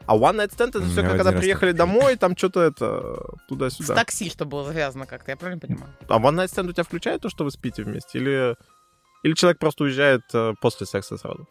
А one night stand это
У меня
все, как
один
когда
раз
приехали
так было.
домой, там что-то это
С
туда-сюда.
такси, что было связано как-то, я правильно понимаю?
А one night stand у тебя включает то, что вы спите вместе? Или, или человек просто уезжает э, после секса сразу?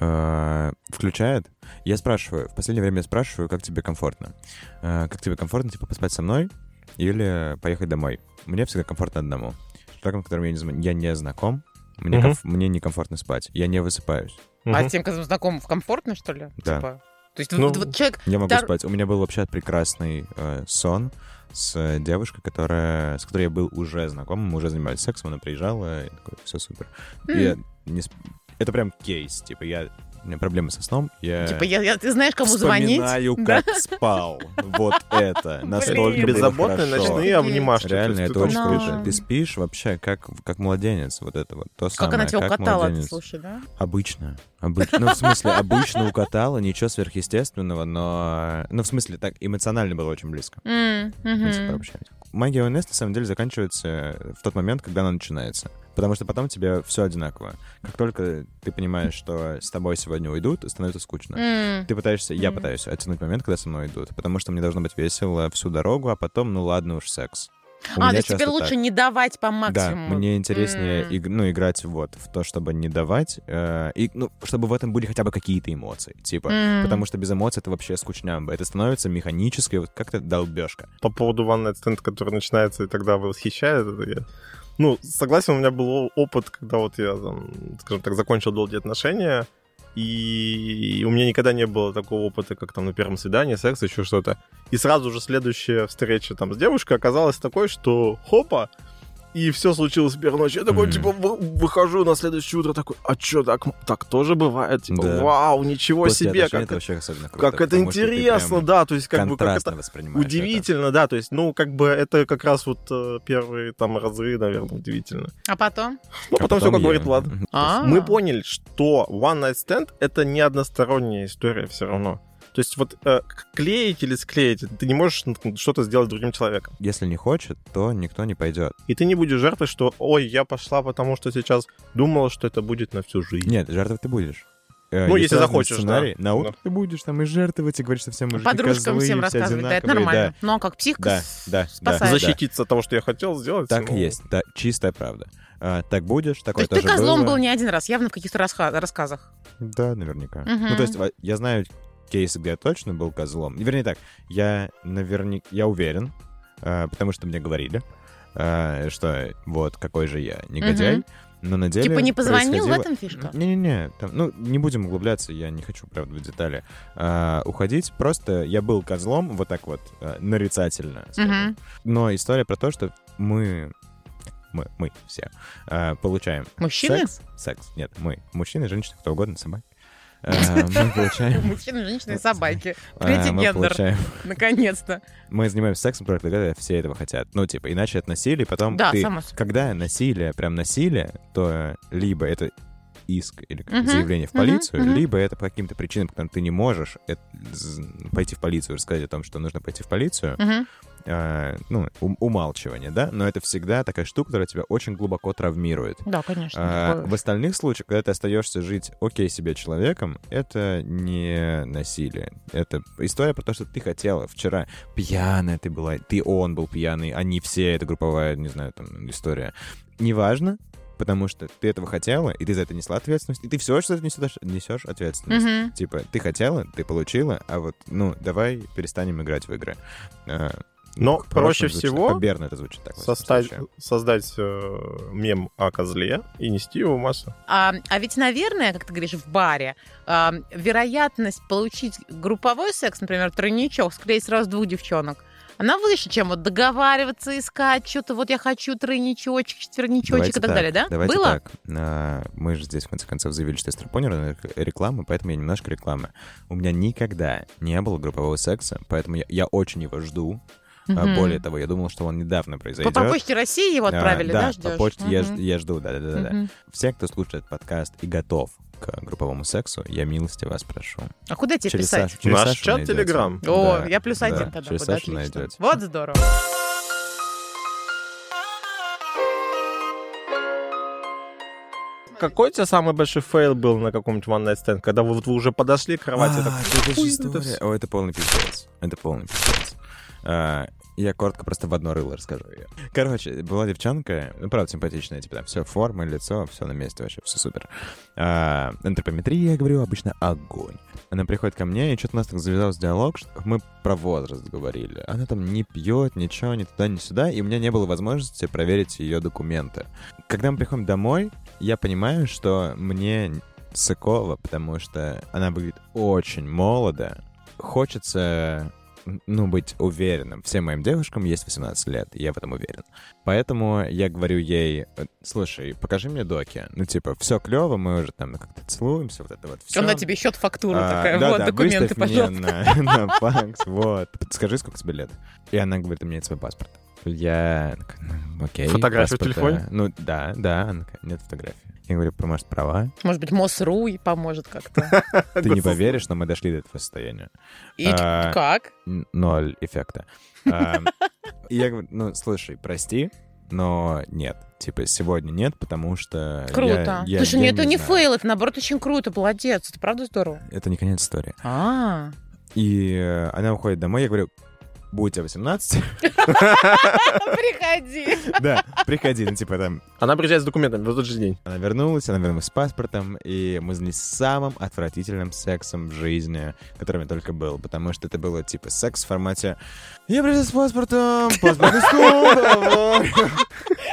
Э, Включает. Я спрашиваю, в последнее время я спрашиваю, как тебе комфортно. Э, Как тебе комфортно, типа, поспать со мной или поехать домой? Мне всегда комфортно одному. С человеком, с которым я не, зна- я не знаком, мне,
Мгм.
комф- мне некомфортно спать. Я не высыпаюсь.
А с тем, кто знаком, комфортно, что ли?
Да.
Типа, То есть
Ну,
вот- вот человек...
Я могу
Тар-
спать. У меня был вообще прекрасный э, сон с э, девушкой, которая, с которой я был уже знаком, мы уже занимались сексом, она приезжала, и такой, все супер. И
м,
я не сп- Это прям кейс, типа, я... У меня проблемы со сном, я...
Типа, я, я- ты знаешь, кому звонить?
э, Вспоминаю,
Да.
как спал. Вот это. Настолько
Блин.
было
Беззаботные
хорошо.
ночные обнимашки.
Реально,
То есть
это
ты
очень
там
Да.
круто. Ты спишь вообще как, как младенец. Вот это вот. То
Как
самое,
она тебя укатала, ты
младенец.
слушай, да?
Обычно. Обычно. Ну, в смысле, обычно укатала, ничего сверхъестественного, но... Ну, в смысле, так эмоционально было очень близко.
М,
В принципе,
мгм.
пообщались. Магия ОНС, на самом деле, заканчивается в тот момент, когда она начинается. Потому что потом тебе все одинаково. Как только ты понимаешь, что с тобой сегодня уйдут, становится скучно.
М.
Ты пытаешься, я
Мгм.
пытаюсь оттянуть момент, когда со мной идут, потому что мне должно быть весело всю дорогу, а потом, ну ладно уж, секс. У
А,
меня
то есть тебе
часто
лучше
так.
не давать по максимуму.
Да, мне интереснее,
М.
иг- ну, играть вот в то, чтобы не давать, э, и, ну, чтобы в этом были хотя бы какие-то эмоции, типа.
М.
Потому что без эмоций это вообще скучнямба. Это становится механической, вот как-то долбежка.
по поводу One Night Stand, который начинается и тогда восхищает, это я... Ну, согласен, у меня был о- опыт, когда вот я, там, скажем так, закончил долгие отношения, и у меня никогда не было такого опыта, как там на первом свидании, секс, еще что-то. И сразу же следующая встреча там с девушкой оказалась такой, что хопа, и все случилось в первую ночь. Я такой,
Мгм.
типа, вы- выхожу на следующее утро, такой, а что, так, так тоже бывает? Типа,
Да.
вау, ничего
После
себе,
отношений
как,
это
это,
вообще особенно круто.
как это
потому что ты прям
интересно, да, то есть как бы как это
контрастно воспринимаешь это.
Удивительно, да, то есть, ну, как бы это как раз вот э, первые там разы, наверное, удивительно.
А потом?
Ну,
А
потом, все, как
я-
говорит Влад.
Мгм.
А.
Мы поняли, что One Night Stand — это не односторонняя история все равно. То есть вот э, к- клеить или склеить, ты не можешь ну, что-то сделать с другим человеком.
Если не хочет, то никто не пойдет.
И ты не будешь жертвой, что «Ой, я пошла, потому что сейчас думала, что это будет на всю жизнь».
Нет, жертвой ты будешь. Э,
Ну,
есть
если
разный
захочешь,
сценарий.
да. Ну.
На утро ты будешь там и жертвовать, и говоришь, что все мужики
Подружкам
козлы,
всем
все
рассказывать, да, это
одинаковые,
нормально. Но как психка
Да,
с-
да, да,
спасает.
Защититься от того, что я хотел сделать.
да. Так и
ну,
есть, да, чистая правда. А, так будешь,
То
такое
есть ты
тоже
козлом
было.
был не один раз, явно в каких-то расха- рассказах.
Да, наверняка.
Мгм.
Ну, то есть во- я знаю кейсы, где я точно был козлом. Вернее так, я наверняка, я уверен, а, потому что мне говорили, а, что вот какой же я негодяй.
Мгм.
Но на деле
типа не позвонил, в
происходило-
этом фишка.
Не-не-не, там, ну, не будем углубляться, я не хочу, правда, в детали а, уходить. Просто я был козлом, вот так вот, а, нарицательно. скажем.
Мгм.
Но история про то, что мы, мы, мы все а, получаем
Мужчины?
секс. Секс, нет, мы, мужчины, женщины, кто угодно, собаки. А, Мы получаем...
Мужчины, женщины и собаки.
а,
Третий
мы
гендер.
получаем-
Наконец-то.
Мы занимаемся сексом только когда все этого хотят. Ну, типа, иначе это насилие, и потом
Да,
ты
само собой.
когда насилие, прям насилие, то либо это иск или как,
Мгм,
заявление в
мгм,
полицию,
мгм.
либо это по каким-то причинам, потому ты не можешь это- з- пойти в полицию, рассказать о том, что нужно пойти в полицию,
Мгм.
а, ну, ум- умалчивание, да, но это всегда такая штука, которая тебя очень глубоко травмирует.
Да, конечно.
А,
такое.
в остальных случаях, когда ты остаешься жить окей себе человеком, это не насилие. Это история про то, что ты хотела вчера. Пьяная ты была, ты он был пьяный, они все, это групповая, не знаю, там, история. Неважно, потому что ты этого хотела, и ты за это несла ответственность, и ты все, что ты несешь, несешь ответственность.
Мгм.
Типа, ты хотела, ты получила, а вот, ну, давай перестанем играть в игры. А,
Но
к прошлому
проще
звучит-
всего
Поберно это звучит так. во всяком
Составь-
случае.
создать э, мем о козле и нести его в массы.
А, а ведь, наверное, как ты говоришь, в баре, а, вероятность получить групповой секс, например, тройничок, склеить сразу двух девчонок, она выше, чем вот договариваться, искать что-то, вот я хочу тройничочек, четверничочек
Давайте
и так, далее, да?
Давайте
Было?
так. А, Мы же здесь, в конце концов, заявили, что я стропонер, но это реклама, поэтому я немножко рекламы. У меня никогда не было группового секса, поэтому я, я очень его жду. А,
Мгм.
Более того, я думал, что он недавно
По,
произойдет.
по почте России его
А,
отправили, да,
да,
ждёшь?
по почте я, ж-
Мгм.
я жду, да-да-да.
Мгм.
Все, кто слушает этот подкаст и готов к групповому сексу, я милости вас прошу.
А куда тебе
Через
писать?
Сашу- через
Наш
Сашу
чат
найдете.
Телеграм.
О,
Да,
я плюс
да,
один тогда
Через
буду,
Сашу
отлично.
найдете.
Вот здорово.
Какой у тебя самый большой фейл был на каком-нибудь One Night Stand, когда вы, вот вы уже подошли к кровати?
А,
так,
это же
«Хуй
история».
это всё».
О, это полный пиздец. Это полный пиздец. А, Я коротко просто в одно рыло расскажу ее. Короче, была девчонка, ну, правда, симпатичная, типа, там, все, форма, лицо, все на месте вообще, все супер. А, антропометрия, я говорю, обычно огонь. Она приходит ко мне, и что-то у нас так завязался диалог, что мы про возраст говорили. Она там не пьет, ничего, ни туда, ни сюда, и у меня не было возможности проверить ее документы. Когда мы приходим домой, я понимаю, что мне Сыкова, потому что она выглядит очень молодо. Хочется, ну, быть уверенным. Всем моим девушкам есть 18 лет, и я в этом уверен. Поэтому я говорю ей, «Э, слушай, покажи мне доки. Ну, типа, все клево, мы уже там как-то целуемся, вот это вот все.
Она тебе счет фактуру
А,
такая,
да,
вот
да,
документы,
выставь
пожалуйста.
мне на, на факс, вот. Скажи, сколько тебе лет? И она говорит, у меня нет свой паспорт. Я такой, ну, окей.
Фотографию в
паспорта».
телефоне?
Ну, да, да, она такая, нет фотографии. Я говорю, может, права?
Может быть, МОСРУ и поможет как-то.
Ты не поверишь, но мы дошли до этого состояния.
И
А,
как?
Н- Ноль эффекта. А, И я говорю, ну, слушай, прости, но нет. Типа, сегодня нет, потому что... я-
Круто.
я-
Слушай, ну
я
это не
знаю.
фейл, это наоборот очень круто, молодец. Это правда здорово?
Это не конец истории.
А,
И э, она уходит домой, я говорю, будь тебе 18,
Ну, приходи.
да, приходи, ну, типа, там,
Она приезжает с документами в тот же день.
Она вернулась, она вернулась с паспортом, и мы занялись самым отвратительным сексом в жизни, которым я только был, потому что это было типа секс в формате «Я пришел с паспортом, паспортный а стол, давай».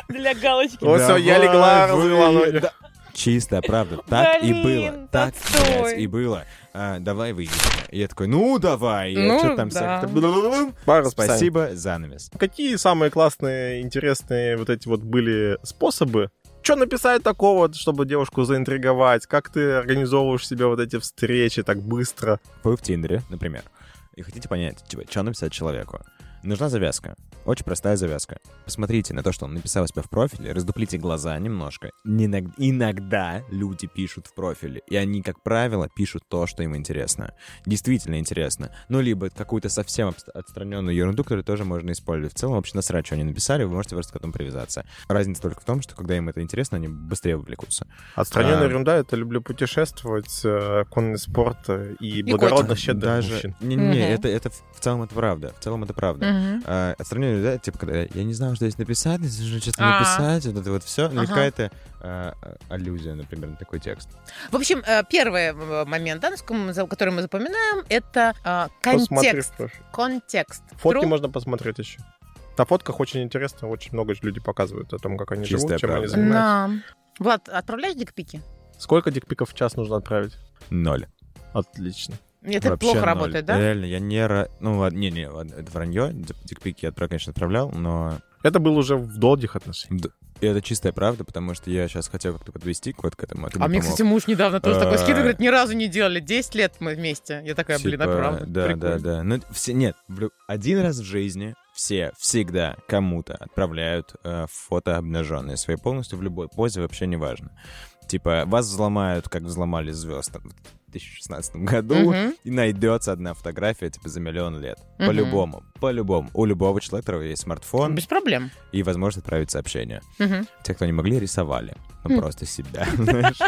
Для галочки.
Вот всё, я
Давай,
легла,
вы-
развела ноги.
Да. Чистая правда, так и было,
Блин,
так,
отстой.
блядь, и было. А, давай выйдем. И я такой, ну давай, и
Ну,
чё там
да.
секс? Бла-бла-бла-бла.
По расписанию.
Спасибо, занавес.
Какие самые классные, интересные вот эти вот были способы? Что написать такого, чтобы девушку заинтриговать? Как ты организовываешь себе вот эти встречи так быстро?
Вы в Тиндере, например, и хотите понять, типа, что написать человеку. Нужна завязка. Очень простая завязка. Посмотрите на то, что он написал у себя в профиле, раздуплите глаза немножко. Не иног- Иногда люди пишут в профиле, и они, как правило, пишут то, что им интересно. Действительно интересно. Ну, либо какую-то совсем обс- отстраненную ерунду, которую тоже можно использовать. В целом, вообще насрать, что они написали, вы можете просто к этому привязаться. Разница только в том, что когда им это интересно, они быстрее увлекутся.
Отстраненная
А.
ерунда — это люблю путешествовать, э, конный спорт э, и, благородных щедрых
Даже...
мужчин.
Не,
Мгм.
не, это, это в в целом это правда. В целом это правда. А, отстраненный, да, типа, когда я не знал, что здесь написать, здесь нужно что-то
А.
написать, вот это вот все, ну,
Ага.
какая-то а, а, аллюзия, например, на такой текст.
В общем, э, первый э, момент, да, за- который мы запоминаем, это э,
Посмотри,
контекст.
что ж.
Контекст.
Фотки
True?
можно посмотреть еще. На фотках очень интересно, очень много людей показывают о том, как они
Чистая
живут, чем они
правда.
занимаются.
Да. Влад, отправляешь дикпики?
Сколько дикпиков в час нужно отправить?
Ноль.
Отлично.
Это
Вообще
плохо
ноль. Э,
работает, да?
Реально, я не... ра- Ну, ладно, не-не, ладно, это вранье. Ди- Дикпики я, отправ- конечно, отправлял, но
Это было уже в долгих отношениях.
и это чистая правда, потому что я сейчас хотел как-то подвести вот к этому. ты
А мне,
помог.
кстати, муж недавно тоже такой
Э,
скидывает, говорит, ни разу не делали. 10 лет мы вместе. Я такая, блин, а
Типа,
правда?
Да, да,
Прикольно.
да. Ну, все, нет, в лю- один раз в жизни все всегда кому-то отправляют э, фото обнаженные свои полностью в любой позе, вообще неважно. Типа, вас взломают, как взломали звезд там, в 2016 году,
Мгм.
и найдется одна фотография, типа, за миллион лет.
Мгм.
По-любому, по-любому. У любого человека у которого есть смартфон
Без проблем.
и возможность отправить сообщение.
Мгм.
Те, кто не могли, рисовали. Ну,
М.
просто себя, знаешь.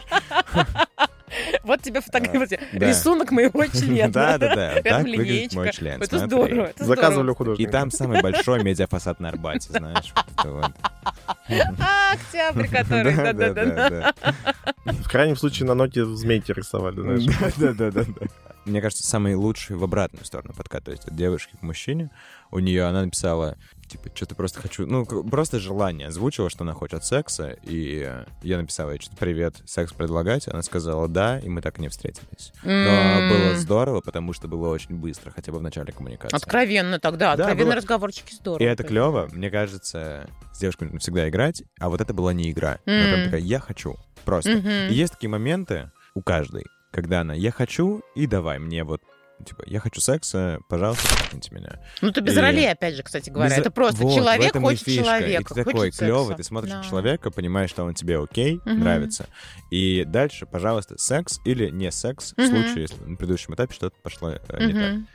Вот тебе фотография.
да.
Рисунок моего члена.
Да-да-да, вот так
Рядом
выглядит
линеечка.
мой член.
Это
смотри.
здорово. это здорово.
Заказывали у
И
художника.
там самый большой медиафасад на Арбате, знаешь. вот это вот.
А, октябрь, который. Да-да-да.
Да-да-да.
В крайнем случае на ноте змейки рисовали, знаешь.
Да-да-да. Мне кажется, самый лучший в обратную сторону подкат. То есть от девушки к мужчине. У нее она написала, типа, что-то просто хочу... Ну, к- просто желание. Озвучила, что она хочет секса. И э, я написал ей, что-то привет, секс предлагать. Она сказала да, и мы так и не встретились. Но
М.
было здорово, потому что было очень быстро, хотя бы в начале коммуникации.
Откровенно тогда,
Да,
откровенные
было-
разговорчики здорово.
И это клево, мне кажется, с девушками нужно всегда играть, а вот это была не игра. Она прям
М.
такая, я хочу. Просто.
Мгм.
И есть такие моменты у каждой, когда она «я хочу» и «давай мне вот». Типа, я хочу секса, пожалуйста, трахните меня.
Ну, это без
И-
ролей, опять же, кстати говоря.
Без-
Это просто
Вот, в
человек
этом и
хочет
фишка.
человека.
И ты такой
хочет секса.
клевый, ты смотришь на
Да.
человека, понимаешь, что он тебе окей,
Мгм.
нравится. И дальше, пожалуйста, секс или не секс, в
Мгм.
случае, если на предыдущем этапе что-то пошло э, не так.
Мгм.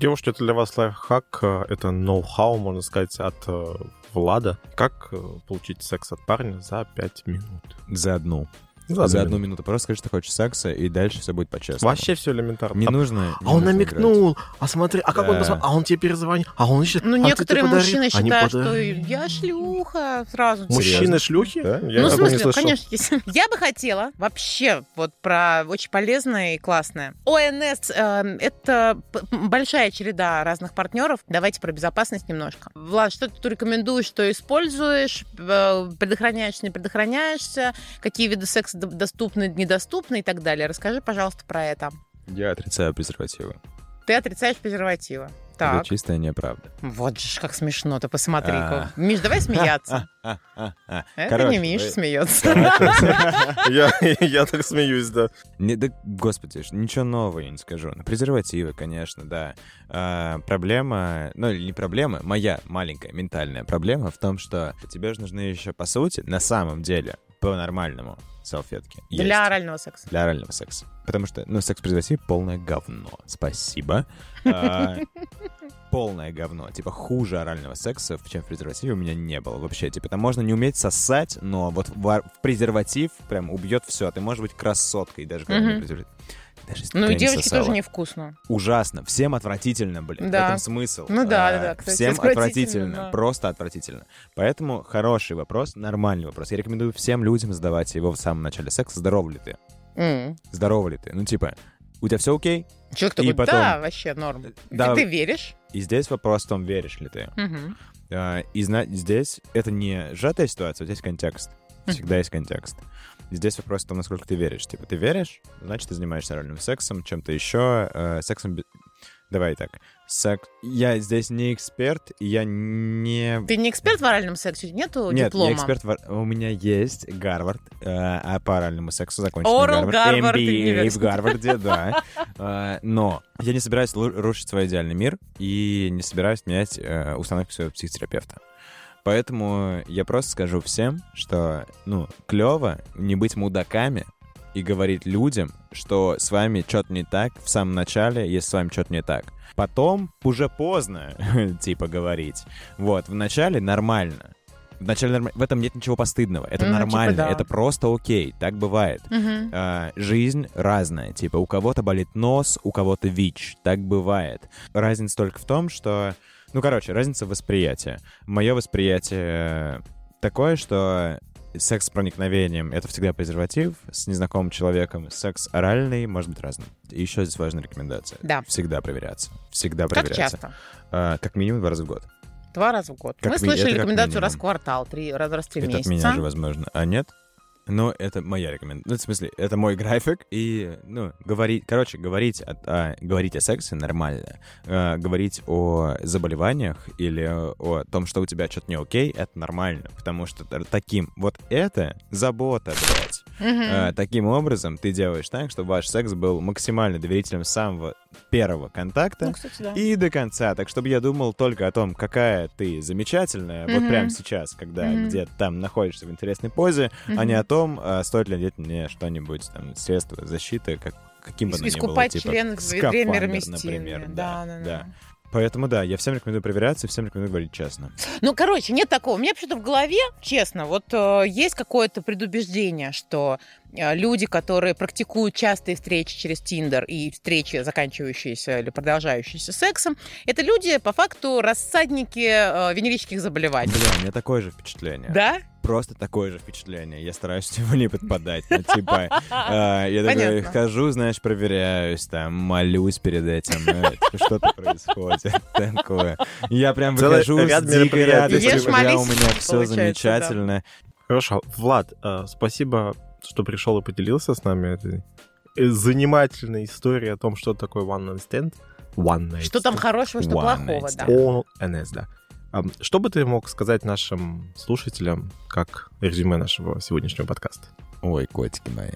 Девушки, это для вас лайфхак, э, это ноу-хау, можно сказать, от э, Влада. Как э, получить секс от парня за 5 минут?
За одну. За, одну минуту. Просто скажи, что ты хочешь секса, и дальше все будет по-честному.
Вообще все элементарно.
Не
А-
нужно. не
а он
нужно играть.
намекнул, а смотри, а как он
Да.
посмотрел, а он тебе перезвонил, а типа он еще...
Ну, некоторые мужчины считают, что я шлюха сразу.
Серьезно?
Мужчины шлюхи?
Да?
Я
ну, в
такого не
смысле,
слышал.
конечно, есть. Я бы хотела вообще вот про очень полезное и классное. ОНС э, это п- большая череда разных партнеров. Давайте про безопасность немножко. Влад, что ты рекомендуешь, что используешь, Э, предохраняешься, не предохраняешься, какие виды секса д- доступны, недоступны и так далее. Расскажи, пожалуйста, про это.
Я отрицаю презервативы.
Ты отрицаешь презервативы.
Это
Так.
чистая неправда.
Вот же ж как смешно, ты посмотри.
А.
Миш, давай смеяться.
А, а, а.
Это
Короче,
не Миш
вы-
смеется.
Я, я так смеюсь, да.
Не, да, господи, ж, ничего нового я не скажу. Ну, презервативы, конечно, да. А, проблема, ну или не проблема, моя маленькая ментальная проблема в том, что тебе же нужны еще, по сути, на самом деле, по-нормальному салфетки.
Для
Есть.
орального секса.
Для орального секса. Потому что, ну, секс-презерватив полное говно. Спасибо. А, Полное говно. Типа, хуже орального секса, чем в презервативе у меня не было вообще. Типа, там можно не уметь сосать, но вот в, ор- в презерватив прям убьет все. Ты можешь быть красоткой, даже когда
Мгм.
не презерватив. Даже если ты
Ну и
прям не
девочки
сосала.
тоже невкусно.
Ужасно. Всем отвратительно, блин.
Да.
В этом смысл.
Ну да,
А,
да, да, кстати,
Всем
отвратительно,
отвратительно.
да.
Просто отвратительно. Поэтому хороший вопрос, нормальный вопрос. Я рекомендую всем людям задавать его в самом начале секса. Здоров ли ты?
М.
Здоров ли ты? Ну, типа, у тебя все окей?
Человек
И
такой, да,
потом-
вообще норм.
Да.
И Ты веришь?
И здесь вопрос в том, веришь ли ты.
Мгм.
А, И зна- здесь это не сжатая ситуация, здесь контекст. Всегда есть контекст. Здесь вопрос в том, насколько ты веришь. Типа, ты веришь, значит, ты занимаешься оральным сексом, чем-то еще, э, сексом... бе- Давай так. Секс... Я здесь не эксперт, и я не...
Ты не эксперт в оральном сексе? Нету
Нет,
диплома?
я эксперт. в ор- У меня есть Гарвард, э, а по оральному сексу закончил
Oral Гарвард
MBA А в
университет.
Гарварде, да. Э, Но я не собираюсь лу- рушить свой идеальный мир и не собираюсь менять э, установки своего психотерапевта. Поэтому я просто скажу всем, что, ну, клево не быть мудаками и говорить людям, что с вами что-то не так в самом начале, если с вами что-то не так. Потом уже поздно, типа, говорить. Вот, вначале нормально. Вначале норма- В этом нет ничего постыдного. Это
Ну, типа,
нормально,
да.
это просто окей, так бывает.
Мгм.
А, жизнь разная. Типа, у кого-то болит нос, у кого-то ВИЧ. Так бывает. Разница только в том, что... Ну, короче, разница восприятия. Мое восприятие э, такое, что секс с проникновением — это всегда презерватив с незнакомым человеком. Секс оральный может быть разным. И еще здесь важная рекомендация.
Да.
Всегда проверяться. Всегда
Как
проверяться.
часто?
А, как минимум два раза в год.
Два раза в год.
Как
Мы
ми-
слышали
это как
рекомендацию раз в
минимум.
квартал, три раз, раз в три
это от
месяца.
меня же возможно. А нет? Но это моя рекомендация. Ну, в смысле, это мой график. И, ну, говорить... Короче, говорить, от- а, говорить о сексе нормально. А, говорить о заболеваниях или о том, что у тебя что-то не окей, это нормально. Потому что т- таким... Вот это забота, блядь.
Мгм.
А, таким образом ты делаешь так, чтобы ваш секс был максимально доверительным с самого первого контакта.
Ну, кстати, да.
И до конца, так чтобы я думал только о том, какая ты замечательная, вот
Мгм.
прямо сейчас, когда
Мгм.
где-то там находишься в интересной позе, а не
Мгм.
о том, том, а, стоит ли одеть мне что-нибудь, там, средства защиты, как, каким бы оно ни было,
Искупать
типа,
член в
скафандр,
ведре мироместины.
например,
Да, да, да.
Поэтому да, я всем рекомендую проверяться, и всем рекомендую говорить честно.
Ну, короче, нет такого. У меня вообще-то в голове, честно, вот э, есть какое-то предубеждение, что э, люди, которые практикуют частые встречи через Тиндер и встречи, заканчивающиеся или продолжающиеся сексом, это люди, по факту, рассадники э, венерических заболеваний.
Бля, у меня такое же впечатление.
Да?
Просто такое же впечатление. Я стараюсь его не подпадать. Ну, типа, э, я такой
Понятно.
хожу, знаешь, проверяюсь, там, молюсь перед этим. э, типа, Что-то происходит такое. Я прям
Целый
выхожу с
ряд
дикой
мероприятий.
радостью,
Ешь,
когда у
молись,
меня все
получается,
замечательно.
Хорошо, Влад, э, спасибо, что пришел и поделился с нами этой э, занимательной историей о том, что такое One Night Stand. One Night
Что там
stand.
хорошего, что
One
плохого,
night
да.
stand.
All NS, да. Ам, Что бы ты мог сказать нашим слушателям, как резюме нашего сегодняшнего подкаста?
Ой, котики мои.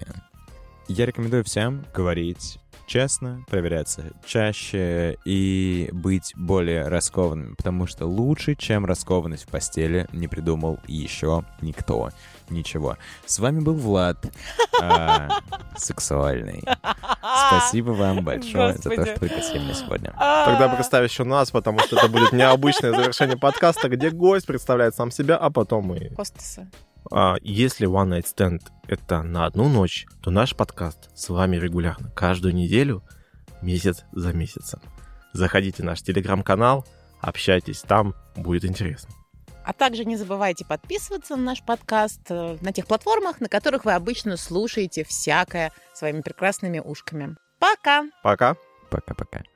Я рекомендую всем говорить честно, проверяться чаще и быть более раскованными, потому что лучше, чем раскованность в постели, не придумал еще никто ничего. С вами был Влад, а, сексуальный. э, Спасибо вам большое за то,
Господи.
что вы гостили мне сегодня.
А,
Тогда представь еще нас, потому что это будет необычное завершение подкаста, где гость представляет сам себя, а потом мы.
Костаса.
А, если One Night Stand это на одну ночь, то наш подкаст с вами регулярно, каждую неделю, месяц за месяцем. Заходите в наш телеграм-канал, общайтесь там, будет интересно.
А также не забывайте подписываться на наш подкаст э, на тех платформах, на которых вы обычно слушаете всякое своими прекрасными ушками. Пока!
Пока!
Пока-пока.